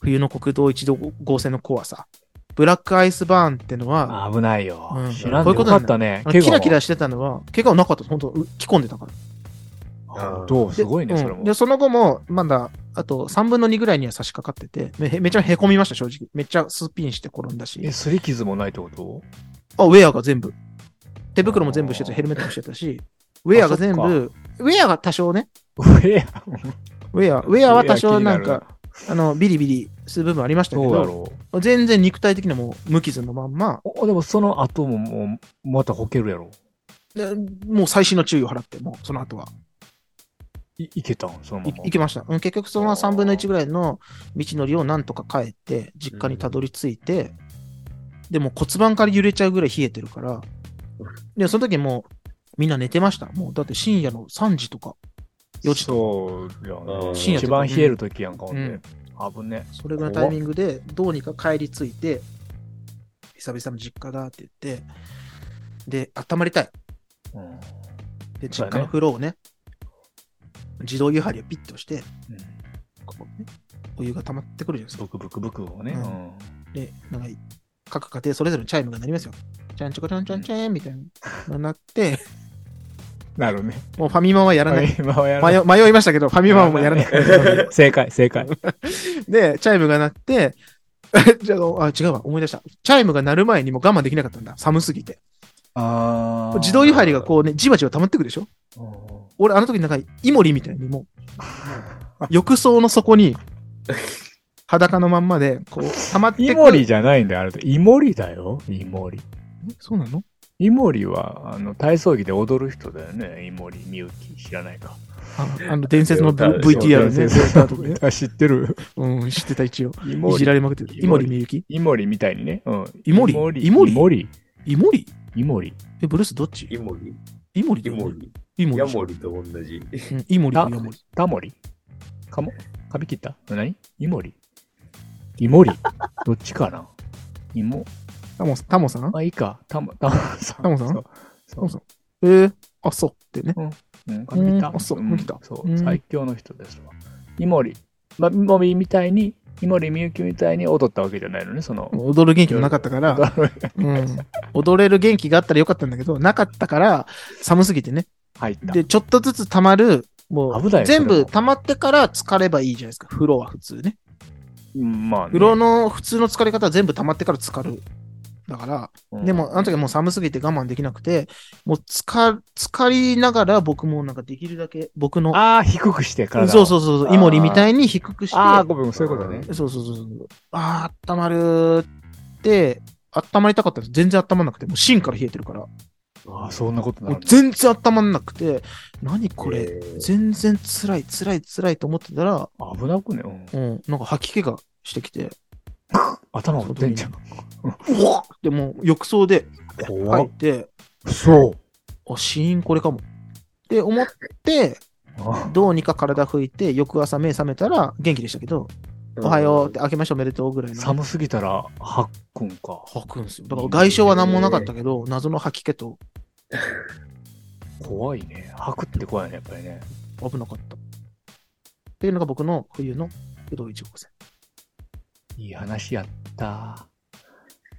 Speaker 2: 冬の国道1号線の怖さ、ブラックアイスバーンってのは、
Speaker 1: の人 危ないよ
Speaker 2: う。ん
Speaker 1: 知らん
Speaker 2: こう
Speaker 1: で
Speaker 2: いう
Speaker 1: よか
Speaker 2: ことな
Speaker 1: っ
Speaker 2: んだ
Speaker 1: たね
Speaker 2: あ。の
Speaker 1: 怪我
Speaker 2: キ
Speaker 1: も
Speaker 2: ラキラしてたのは、怪我はなかった。本当う着込んでたから。
Speaker 1: あどうすごいね、
Speaker 2: で
Speaker 1: それ
Speaker 2: うん
Speaker 1: も
Speaker 2: で、。その後も、まだ、あと3分の2ぐらいには差し掛かってて、めめっちゃへこみました、正直。めっちゃスピンして転んだし
Speaker 1: え、。すり傷もないってこと
Speaker 2: あ、ウェアが全部。手袋も全部してた、ヘルメットもしてたし、ウェアが全
Speaker 1: あそ
Speaker 2: 部、ウェアが多少ね、
Speaker 1: 上や。
Speaker 2: ウェア、ウェアは多少な
Speaker 1: 上や
Speaker 2: ん
Speaker 1: 気になる
Speaker 2: か、あの、ビリビリする部分ありましたけ
Speaker 1: どうだ
Speaker 2: ど、
Speaker 1: ろう。
Speaker 2: 全然肉体的にはもう無傷のまんま、
Speaker 1: おでもその後ももう、またこけるやろ。
Speaker 2: でもう最新の注意を払って、もうその後は。
Speaker 1: いいけたんそのま
Speaker 2: い
Speaker 1: ま。
Speaker 2: 行きました。うん結局その3分の1ぐらいの道のりをなんとか帰って、実家にたどり着いて、でも骨盤から揺れちゃうぐらい冷えてるから、で、その時もうみんな寝てました。もうだって深夜の3時とか、4時とか、
Speaker 1: そうや
Speaker 3: うん
Speaker 1: ね。
Speaker 3: 深
Speaker 2: 夜
Speaker 1: 一
Speaker 2: とか
Speaker 1: 番冷える時やんか、ほん
Speaker 2: う
Speaker 1: で
Speaker 2: ん。
Speaker 1: 危ね。
Speaker 2: それぐらいのタイミングでどうにか帰り着いて、久々の実家だって言って、で、温まりたい。
Speaker 1: うん
Speaker 2: で、
Speaker 1: そうだ
Speaker 2: 実
Speaker 1: ね
Speaker 2: 家の風呂をね、自動湯張りをピッと押して、
Speaker 1: うん
Speaker 2: ここね、お湯が溜まってくるじゃないですか
Speaker 1: ブクブクブクをね。
Speaker 2: う
Speaker 1: うん
Speaker 2: で、なんか、各家庭それぞれのチャイムが鳴りますよ。チャンチョコチャンチャンチャンみたいな。なって、
Speaker 1: なるね。
Speaker 2: もうファミマはやらない。
Speaker 1: 今はやらない
Speaker 2: 迷迷いましたけど、ファミマもやらない。
Speaker 1: 正解、正解。
Speaker 2: で、チャイムが鳴って、 じゃああ、違うわ、思い出した。チャイムが鳴る前にもう我慢できなかったんだ。寒すぎて。
Speaker 1: あ
Speaker 2: 自動湯張
Speaker 1: り。
Speaker 2: りがこうね、じわじわ溜まってくるでしょ
Speaker 1: うん
Speaker 2: 俺、あの時なんか、イモリみたいにもう、浴槽の 底に、裸のまんまで、こう、溜まってく る。
Speaker 1: イモリじゃないんだよ、あれ。イモリだよ、イモリ。
Speaker 2: そうなの
Speaker 1: イモリは、あの、体操着で踊る人だよね。イモリ、ミユキ、知らないか。
Speaker 2: あのあの、伝説の V-
Speaker 3: そう
Speaker 2: VTR ね。
Speaker 1: ね。 あ知ってる。
Speaker 2: うん、知ってた、一応。
Speaker 1: イ
Speaker 2: い
Speaker 1: モ
Speaker 2: じ
Speaker 1: リ
Speaker 2: ら。れまくってる。
Speaker 1: イ
Speaker 2: イ
Speaker 1: モ
Speaker 2: モ
Speaker 1: リ
Speaker 2: リみゆき
Speaker 1: イモリみたいにね。うん。
Speaker 2: イモリ
Speaker 1: イモリ。
Speaker 2: イモリ
Speaker 1: イモリ。
Speaker 2: イモリ
Speaker 1: イモリ。
Speaker 2: え、ブルースどっち
Speaker 3: イモリ、
Speaker 2: イモリ
Speaker 3: イ
Speaker 2: だよね
Speaker 3: モリ、
Speaker 2: イモリ。
Speaker 3: ヤモリと同じ。
Speaker 2: うんイモリと
Speaker 1: あ
Speaker 2: ヤモリ。
Speaker 1: タモリかも。かみ切った何イモリ。イモリ どっちかなイモ、
Speaker 2: タモ、タモさん
Speaker 1: あ、いいか。タモ、タモさん。
Speaker 2: タモさん
Speaker 1: そう
Speaker 2: タ
Speaker 1: そ
Speaker 2: モ
Speaker 1: う
Speaker 2: さん。えー、あ、そうってね。
Speaker 1: うん、
Speaker 2: ん
Speaker 1: 見た
Speaker 2: あそう
Speaker 1: うん
Speaker 2: 見た
Speaker 1: そう
Speaker 2: うん
Speaker 1: 最強の人ですわ。イモリ、まあ、イモリみたいに、イモリみゆきみたいに踊ったわけじゃないのね、その。
Speaker 2: 踊る元気もなかったから、うん、踊れる元気があったらよかったんだけど、なかったから、寒すぎてね。
Speaker 1: 入った。
Speaker 2: で、ちょっとずつ溜まる、も
Speaker 1: 危な
Speaker 2: う、
Speaker 1: いそれ
Speaker 2: 全
Speaker 1: も
Speaker 2: 部溜まってから浸かればいいじゃないですか。風呂は普通ね。
Speaker 1: うんまあ、ね、
Speaker 2: 風呂の普通の浸かり方は全部溜まってから浸かる。だから、
Speaker 1: うん
Speaker 2: でも、あの時はもう寒すぎて我慢できなくて、もう浸か、浸かりながら僕もなんかできるだけ、僕の、
Speaker 1: ああ、低くしてから。
Speaker 2: そうそうそうそう、イモリみたいに低くして、
Speaker 1: ああ、ごめん、そういうことね。
Speaker 2: そうそうそうそう。あー、温まるって、温まりたかったんです。全然温まんなくて、もう芯から冷えてるから。
Speaker 1: ああ、そんなことな
Speaker 2: もう
Speaker 1: るね
Speaker 2: 全然温まんなくて、何これ、
Speaker 3: えー
Speaker 2: 全然辛い、辛い、辛いと思ってたら、
Speaker 1: 危なくね。うん
Speaker 2: うん、なんか吐き気がしてきて、
Speaker 1: 頭打ってんじゃん。
Speaker 2: うわっでもう浴槽で
Speaker 1: 怖
Speaker 2: 吐
Speaker 1: っ
Speaker 2: いて、
Speaker 1: そう。
Speaker 2: あ、死因これかも。って思って、
Speaker 1: あ
Speaker 2: どうにか体拭いて、翌朝目覚めたら元気でしたけど、おはようって、明けましておめでとうぐらいの。
Speaker 1: 寒すぎたら吐くんか。
Speaker 2: 吐くんですよ。だから外傷は何もなかったけど、謎の吐き気と
Speaker 1: 怖いね。吐くって怖いね、やっぱりね。
Speaker 2: 危なかった。っていうのが僕の冬の不動一号線。
Speaker 1: いい話やった。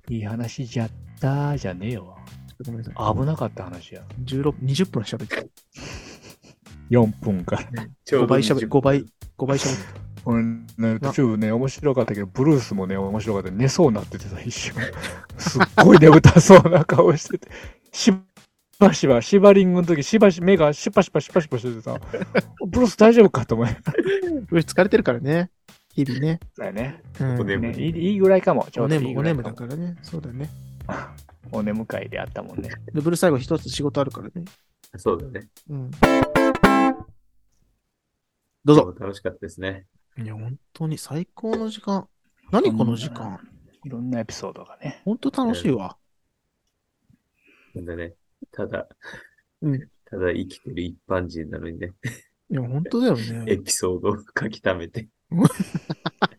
Speaker 1: いい話じゃったじゃねえわ。
Speaker 2: ごめんなさい。
Speaker 1: 危なかった話や。
Speaker 2: 16、20分喋ってた。
Speaker 1: 4分か。
Speaker 3: ちょ
Speaker 2: 5
Speaker 3: うど
Speaker 2: 倍
Speaker 3: 20
Speaker 2: 喋、5倍、5倍喋ってた。
Speaker 1: これね、途中ね、面白かったけど、ブルースもね、面白かった。寝そうになっててさ、一瞬。すっごい眠たそうな顔してて。しばしば、シバリングの時、しばし、目がシュパシュパシュパシュパしててさ、ブルース大丈夫かと思い
Speaker 2: 俺疲れてるからね。日々ね。
Speaker 1: だよね。
Speaker 2: うん
Speaker 3: お眠
Speaker 1: ねいいいいぐらいかも。ちょ
Speaker 2: お
Speaker 1: うど
Speaker 2: ね
Speaker 1: いいぐ
Speaker 2: む、お
Speaker 1: ら
Speaker 2: ね
Speaker 1: い
Speaker 2: む
Speaker 1: か
Speaker 2: だ
Speaker 1: も。
Speaker 2: からね。そうだね。
Speaker 1: お眠会であったもんね。
Speaker 2: で、ブルー最後一つ仕事あるからね。
Speaker 3: そうだね。
Speaker 2: うん。どうぞ。
Speaker 3: 楽しかったですね。
Speaker 2: いや、本当に最高の時間。何この時間。
Speaker 1: いろんなエピソードがね。
Speaker 2: 本当楽しいわ。
Speaker 3: なんだね。ただ、
Speaker 2: うん
Speaker 3: ただ生きてる一般人なのにね、
Speaker 2: いや、本当だよ
Speaker 3: エ
Speaker 2: ね。
Speaker 3: ピソードを 書き溜めて。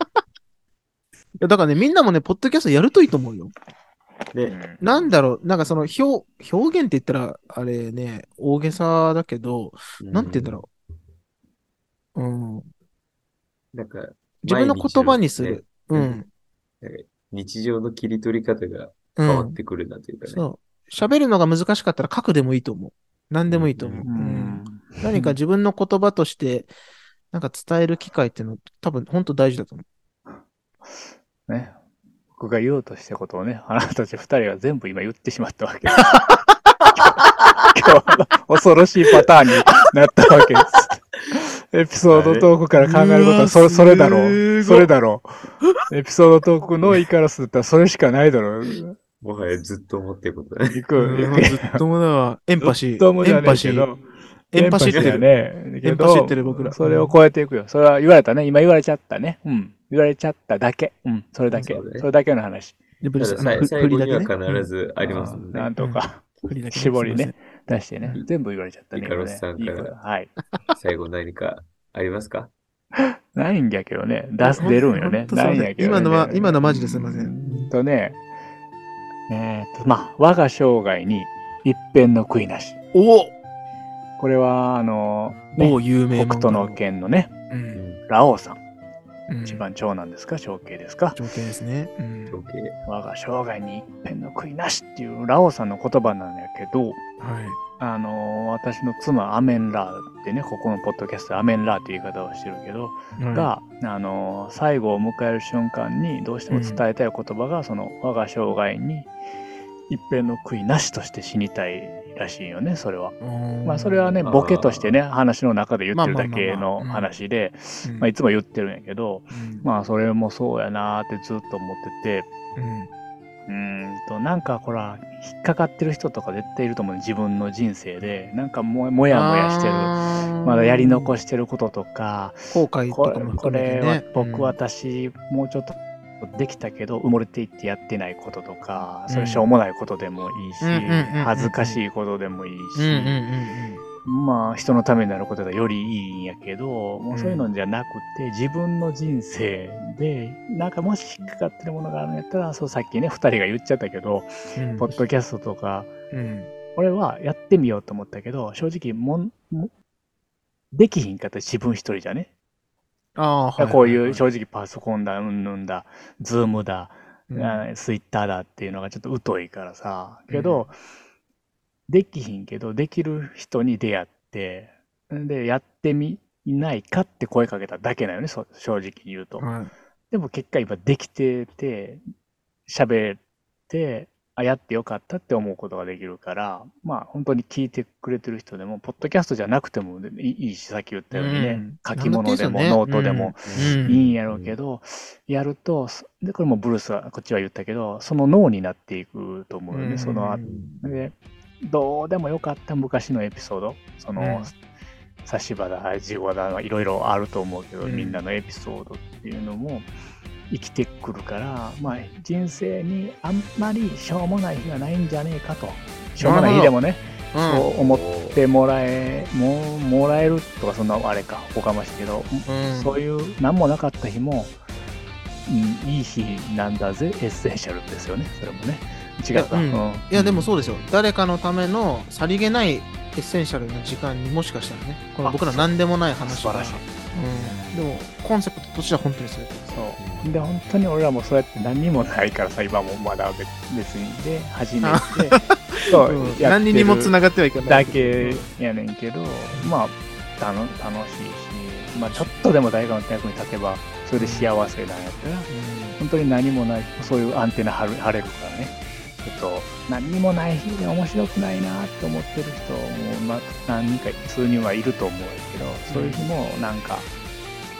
Speaker 2: いやだからね、みんなもね、ポッドキャストやるといいと思うよ。
Speaker 1: う
Speaker 3: ね、
Speaker 1: ん
Speaker 2: なんだろう、なんかその表、表現って言ったら、あれね、大げさだけど、なんて言うんだろう。うん。
Speaker 3: う。なんか、
Speaker 2: 自分の言葉にする。う
Speaker 3: 毎日
Speaker 2: ん。
Speaker 3: 日常の切り取り方が
Speaker 2: う
Speaker 3: 変わ
Speaker 2: ん
Speaker 3: っ。てくるなというかね。
Speaker 2: そう。喋るのが難しかったら書くでもいいと思う。何でもいいと思
Speaker 3: う
Speaker 2: う。
Speaker 1: うん。
Speaker 2: 何か自分の言葉として、なんか伝える機会っていうの、多分本当大事だと思
Speaker 1: ね。僕が言おうとしたことをね、あなたたち二人は全部今言ってしまった わけです。今日の恐ろしいパターンになったわけです。エピソードトークから考えることは
Speaker 2: う
Speaker 1: そ
Speaker 2: わ
Speaker 1: それだろ
Speaker 2: すご
Speaker 1: う。
Speaker 2: い
Speaker 1: それだろう。エピソードトークのイカラスだったらそれしかないだろう。
Speaker 3: もはやずっと思ってることだね。
Speaker 1: 行
Speaker 2: う。
Speaker 1: く。行
Speaker 2: ずっともだわ。エンパシー。
Speaker 1: く。どうもじ
Speaker 2: エ
Speaker 1: ゃ
Speaker 2: ン
Speaker 1: ね
Speaker 2: パ
Speaker 1: え
Speaker 2: シ
Speaker 1: け
Speaker 2: ー。
Speaker 1: ど。
Speaker 2: エンパシー
Speaker 1: エ
Speaker 2: っ
Speaker 1: ン
Speaker 2: て
Speaker 1: だ
Speaker 2: る。
Speaker 1: ね。
Speaker 2: エンパシーってる僕ら
Speaker 1: それを超えていくよ。それは言われたね。今言われちゃったね。うん。言われちゃっただけ。うん。それだけ。
Speaker 3: そ
Speaker 1: そう
Speaker 3: ね
Speaker 1: れだけの話。
Speaker 2: でブ
Speaker 3: た
Speaker 2: ル
Speaker 3: だ
Speaker 2: ースあ
Speaker 3: さ
Speaker 2: の
Speaker 3: い最後には
Speaker 2: 振りだけね
Speaker 3: 必ずありますので、
Speaker 1: なんとか。
Speaker 2: うん振りだけね
Speaker 1: 絞りね
Speaker 2: す いま
Speaker 1: 出してね。全部言われちゃったね。
Speaker 3: イカロスさんから
Speaker 1: 今ねいいことはい。
Speaker 3: 最後何かありますか
Speaker 1: ないんやけどね。出す、出るんよね
Speaker 2: 本。当そう
Speaker 1: な
Speaker 2: ね
Speaker 1: いんやけどね。
Speaker 2: 今のは今のマジですいません
Speaker 1: うんとね、えーっと、まあ、我が生涯に一遍の悔いなし。
Speaker 2: せんお
Speaker 1: これは、あの、ね
Speaker 2: 某有名漫
Speaker 1: 北
Speaker 2: 画
Speaker 1: 斗の剣のね、
Speaker 2: う。
Speaker 3: うんん。
Speaker 1: ラオウさん。
Speaker 2: うん
Speaker 1: 一番長男ですか長兄ですか
Speaker 2: 情景ですね。う
Speaker 3: OK。
Speaker 2: ん。
Speaker 1: 我が生涯に一遍の悔いなしっていうラオウさんの言葉なんやけど、
Speaker 2: はい。
Speaker 1: あの、私の妻、アメンラーってね、ここのポッドキャストでアメンラーっていう言い方をしてるけど、
Speaker 2: は
Speaker 1: が、あの最後を迎える瞬間にどうしても伝えたい言葉が、その我が生涯に一辺の悔いなしとして死にたいらしいよねそれは。
Speaker 2: い、うん
Speaker 1: まあそれはね
Speaker 3: あー
Speaker 1: ボケとしてね話の中で言ってるだけ
Speaker 2: まあまあまあまあ
Speaker 1: の
Speaker 2: うん
Speaker 1: 話で
Speaker 2: うん
Speaker 1: まあいつも言ってるんやけど
Speaker 2: うん
Speaker 1: まあそれもそうやなーってずっと思ってて
Speaker 2: うん
Speaker 1: うーんとなんかほら引っかかってる人とか絶対いると思う自分の人生でなんかももやもやしてる
Speaker 2: る
Speaker 1: まだやり残
Speaker 2: し、
Speaker 1: してることとか
Speaker 2: 後悔と
Speaker 1: こ
Speaker 2: か
Speaker 1: れこ
Speaker 2: も含めて、
Speaker 1: れ
Speaker 2: ね、
Speaker 1: は僕
Speaker 2: うん、
Speaker 1: 私もうちょっとできたけど埋もれていってやってないこととかそれしょうもないことでもいいし
Speaker 2: うんうんうんうんうん
Speaker 1: 恥ずかしいことでもいいし
Speaker 2: うんうんうん
Speaker 1: まあ、人のためになることがよりいいんやけど、もうそういうのじゃなくて、自分の人生で、なんかもし引っかかってるものがあるんやったら、そうさっきね、二人が言っちゃったけど、
Speaker 2: うん
Speaker 1: ポッドキャストとか、
Speaker 2: うん
Speaker 1: 俺はやってみようと思ったけど、正直もん、もんできひんかった自分一人じゃね。
Speaker 2: ああ、ははは
Speaker 1: こういう、正直パソコンだ、うんぬんだ、ズームだ、
Speaker 2: うん
Speaker 1: ツイッターだっていうのがちょっと疎いからさ、けど、できひんけど、できる人に出会って、で、やってみないかって声かけただけなよね、そう正直に言うと。
Speaker 2: はい
Speaker 1: でも結果今できてて、喋って、あ、やってよかったって思うことができるから、まあ本当に聞いてくれてる人でも、ポッドキャストじゃなくてもいいいいし、さっき言ったようにね、
Speaker 2: うん
Speaker 1: 書き物でも
Speaker 2: なんだ
Speaker 1: ノ
Speaker 2: って
Speaker 1: ー
Speaker 2: いい
Speaker 1: ト
Speaker 2: ですよね
Speaker 1: でも、
Speaker 2: うん
Speaker 1: いいんやろうけど、やると、そで、これもブルースは、こっちは言ったけど、その脳になっていくと思うよね、その後。で、どうでもよかった昔のエピソード、その、
Speaker 2: うん
Speaker 1: 差し場だ、地語だ、いろいろあると思うけど、
Speaker 2: うん
Speaker 1: みんなのエピソードっていうのも生きてくるから、まあ、人生にあんまりしょうもない日はないんじゃねえかと。しょうもない日でもね、
Speaker 2: うん
Speaker 1: そう思ってもらえ、もう、もらえるとか、そんなあれか、おかましいけど、
Speaker 2: うん
Speaker 1: そういう何もなかった日も、うん、いい日なんだぜ、エッセンシャルですよね、それもね。違った。
Speaker 2: いやうんいやでも
Speaker 1: そ
Speaker 2: そうですよ誰かのためのさりげないエッセンシャルな時間にもしかしたらねこの僕ら
Speaker 1: あ
Speaker 2: 何でもない話
Speaker 1: 素晴らしい。
Speaker 2: うん、でもコンセプトとしては本当にそれです
Speaker 1: そうで本当に俺らもそうやって何にもないからさ今もまだ別別にで始めてそう、
Speaker 2: うん
Speaker 1: やってる
Speaker 2: 何にもつながってはいけない
Speaker 1: だけやねんけどまあたの楽しいし、まあ、ちょっとでも誰かの役に立てばそれで幸せなんやったら本当に何もないそういうアンテナ張る張れるからねえっと何にもない日で面白くないなって思ってる人も、まあ、何人か数人はいると思うけどそういう日もなんか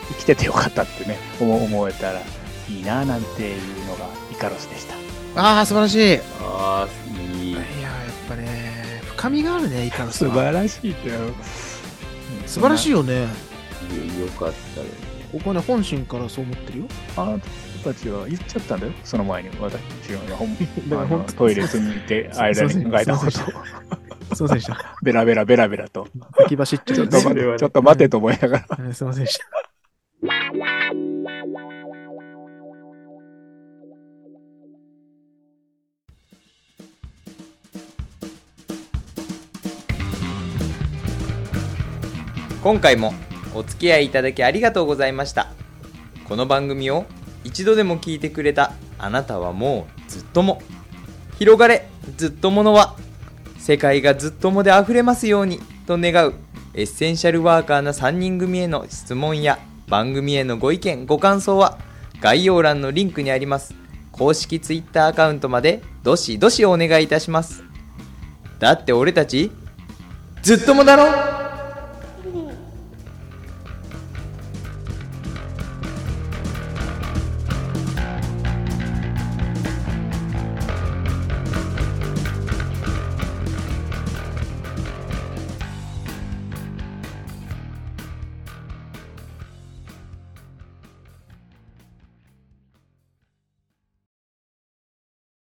Speaker 1: 生きててよかったってね思思えたらいいななんていうのがイカロスでした
Speaker 2: ああ素晴らしいいやー
Speaker 3: ああ、いい
Speaker 2: や。っぱね深みがあるねイカロスは
Speaker 1: らしいだよ
Speaker 2: 素晴らしい
Speaker 1: い
Speaker 2: よね
Speaker 3: よかったですね。
Speaker 2: 僕はね本心からそう思ってるよ
Speaker 1: あなたたちは言っちゃったんだよその前に私が ほん
Speaker 2: だから
Speaker 1: あ
Speaker 2: 本
Speaker 1: の
Speaker 2: 当
Speaker 1: トイレ済みて
Speaker 2: そう
Speaker 1: 間に考えたこ
Speaker 2: そ
Speaker 1: と
Speaker 2: う
Speaker 1: を
Speaker 2: すいませんでした
Speaker 1: ベラベラベラベラと
Speaker 2: き走っち
Speaker 1: ち
Speaker 2: ゃ
Speaker 1: ょ
Speaker 2: う
Speaker 1: っと待
Speaker 2: ね
Speaker 3: そ
Speaker 1: て
Speaker 3: れはね
Speaker 1: ちょっと待てと思いながら
Speaker 2: うんすいませんでした
Speaker 5: 今回もお付き合いいただきありがとうございましたこの番組を一度でも聞いてくれたあなたはもうずっとも広がれずっとものは世界がずっともであふれますようにと願うエッセンシャルワーカーな3人組への質問や番組へのご意見ご感想は概要欄のリンクにあります公式 Twitter アカウントまでどしどしお願いいたしますだって俺たちずっともだろ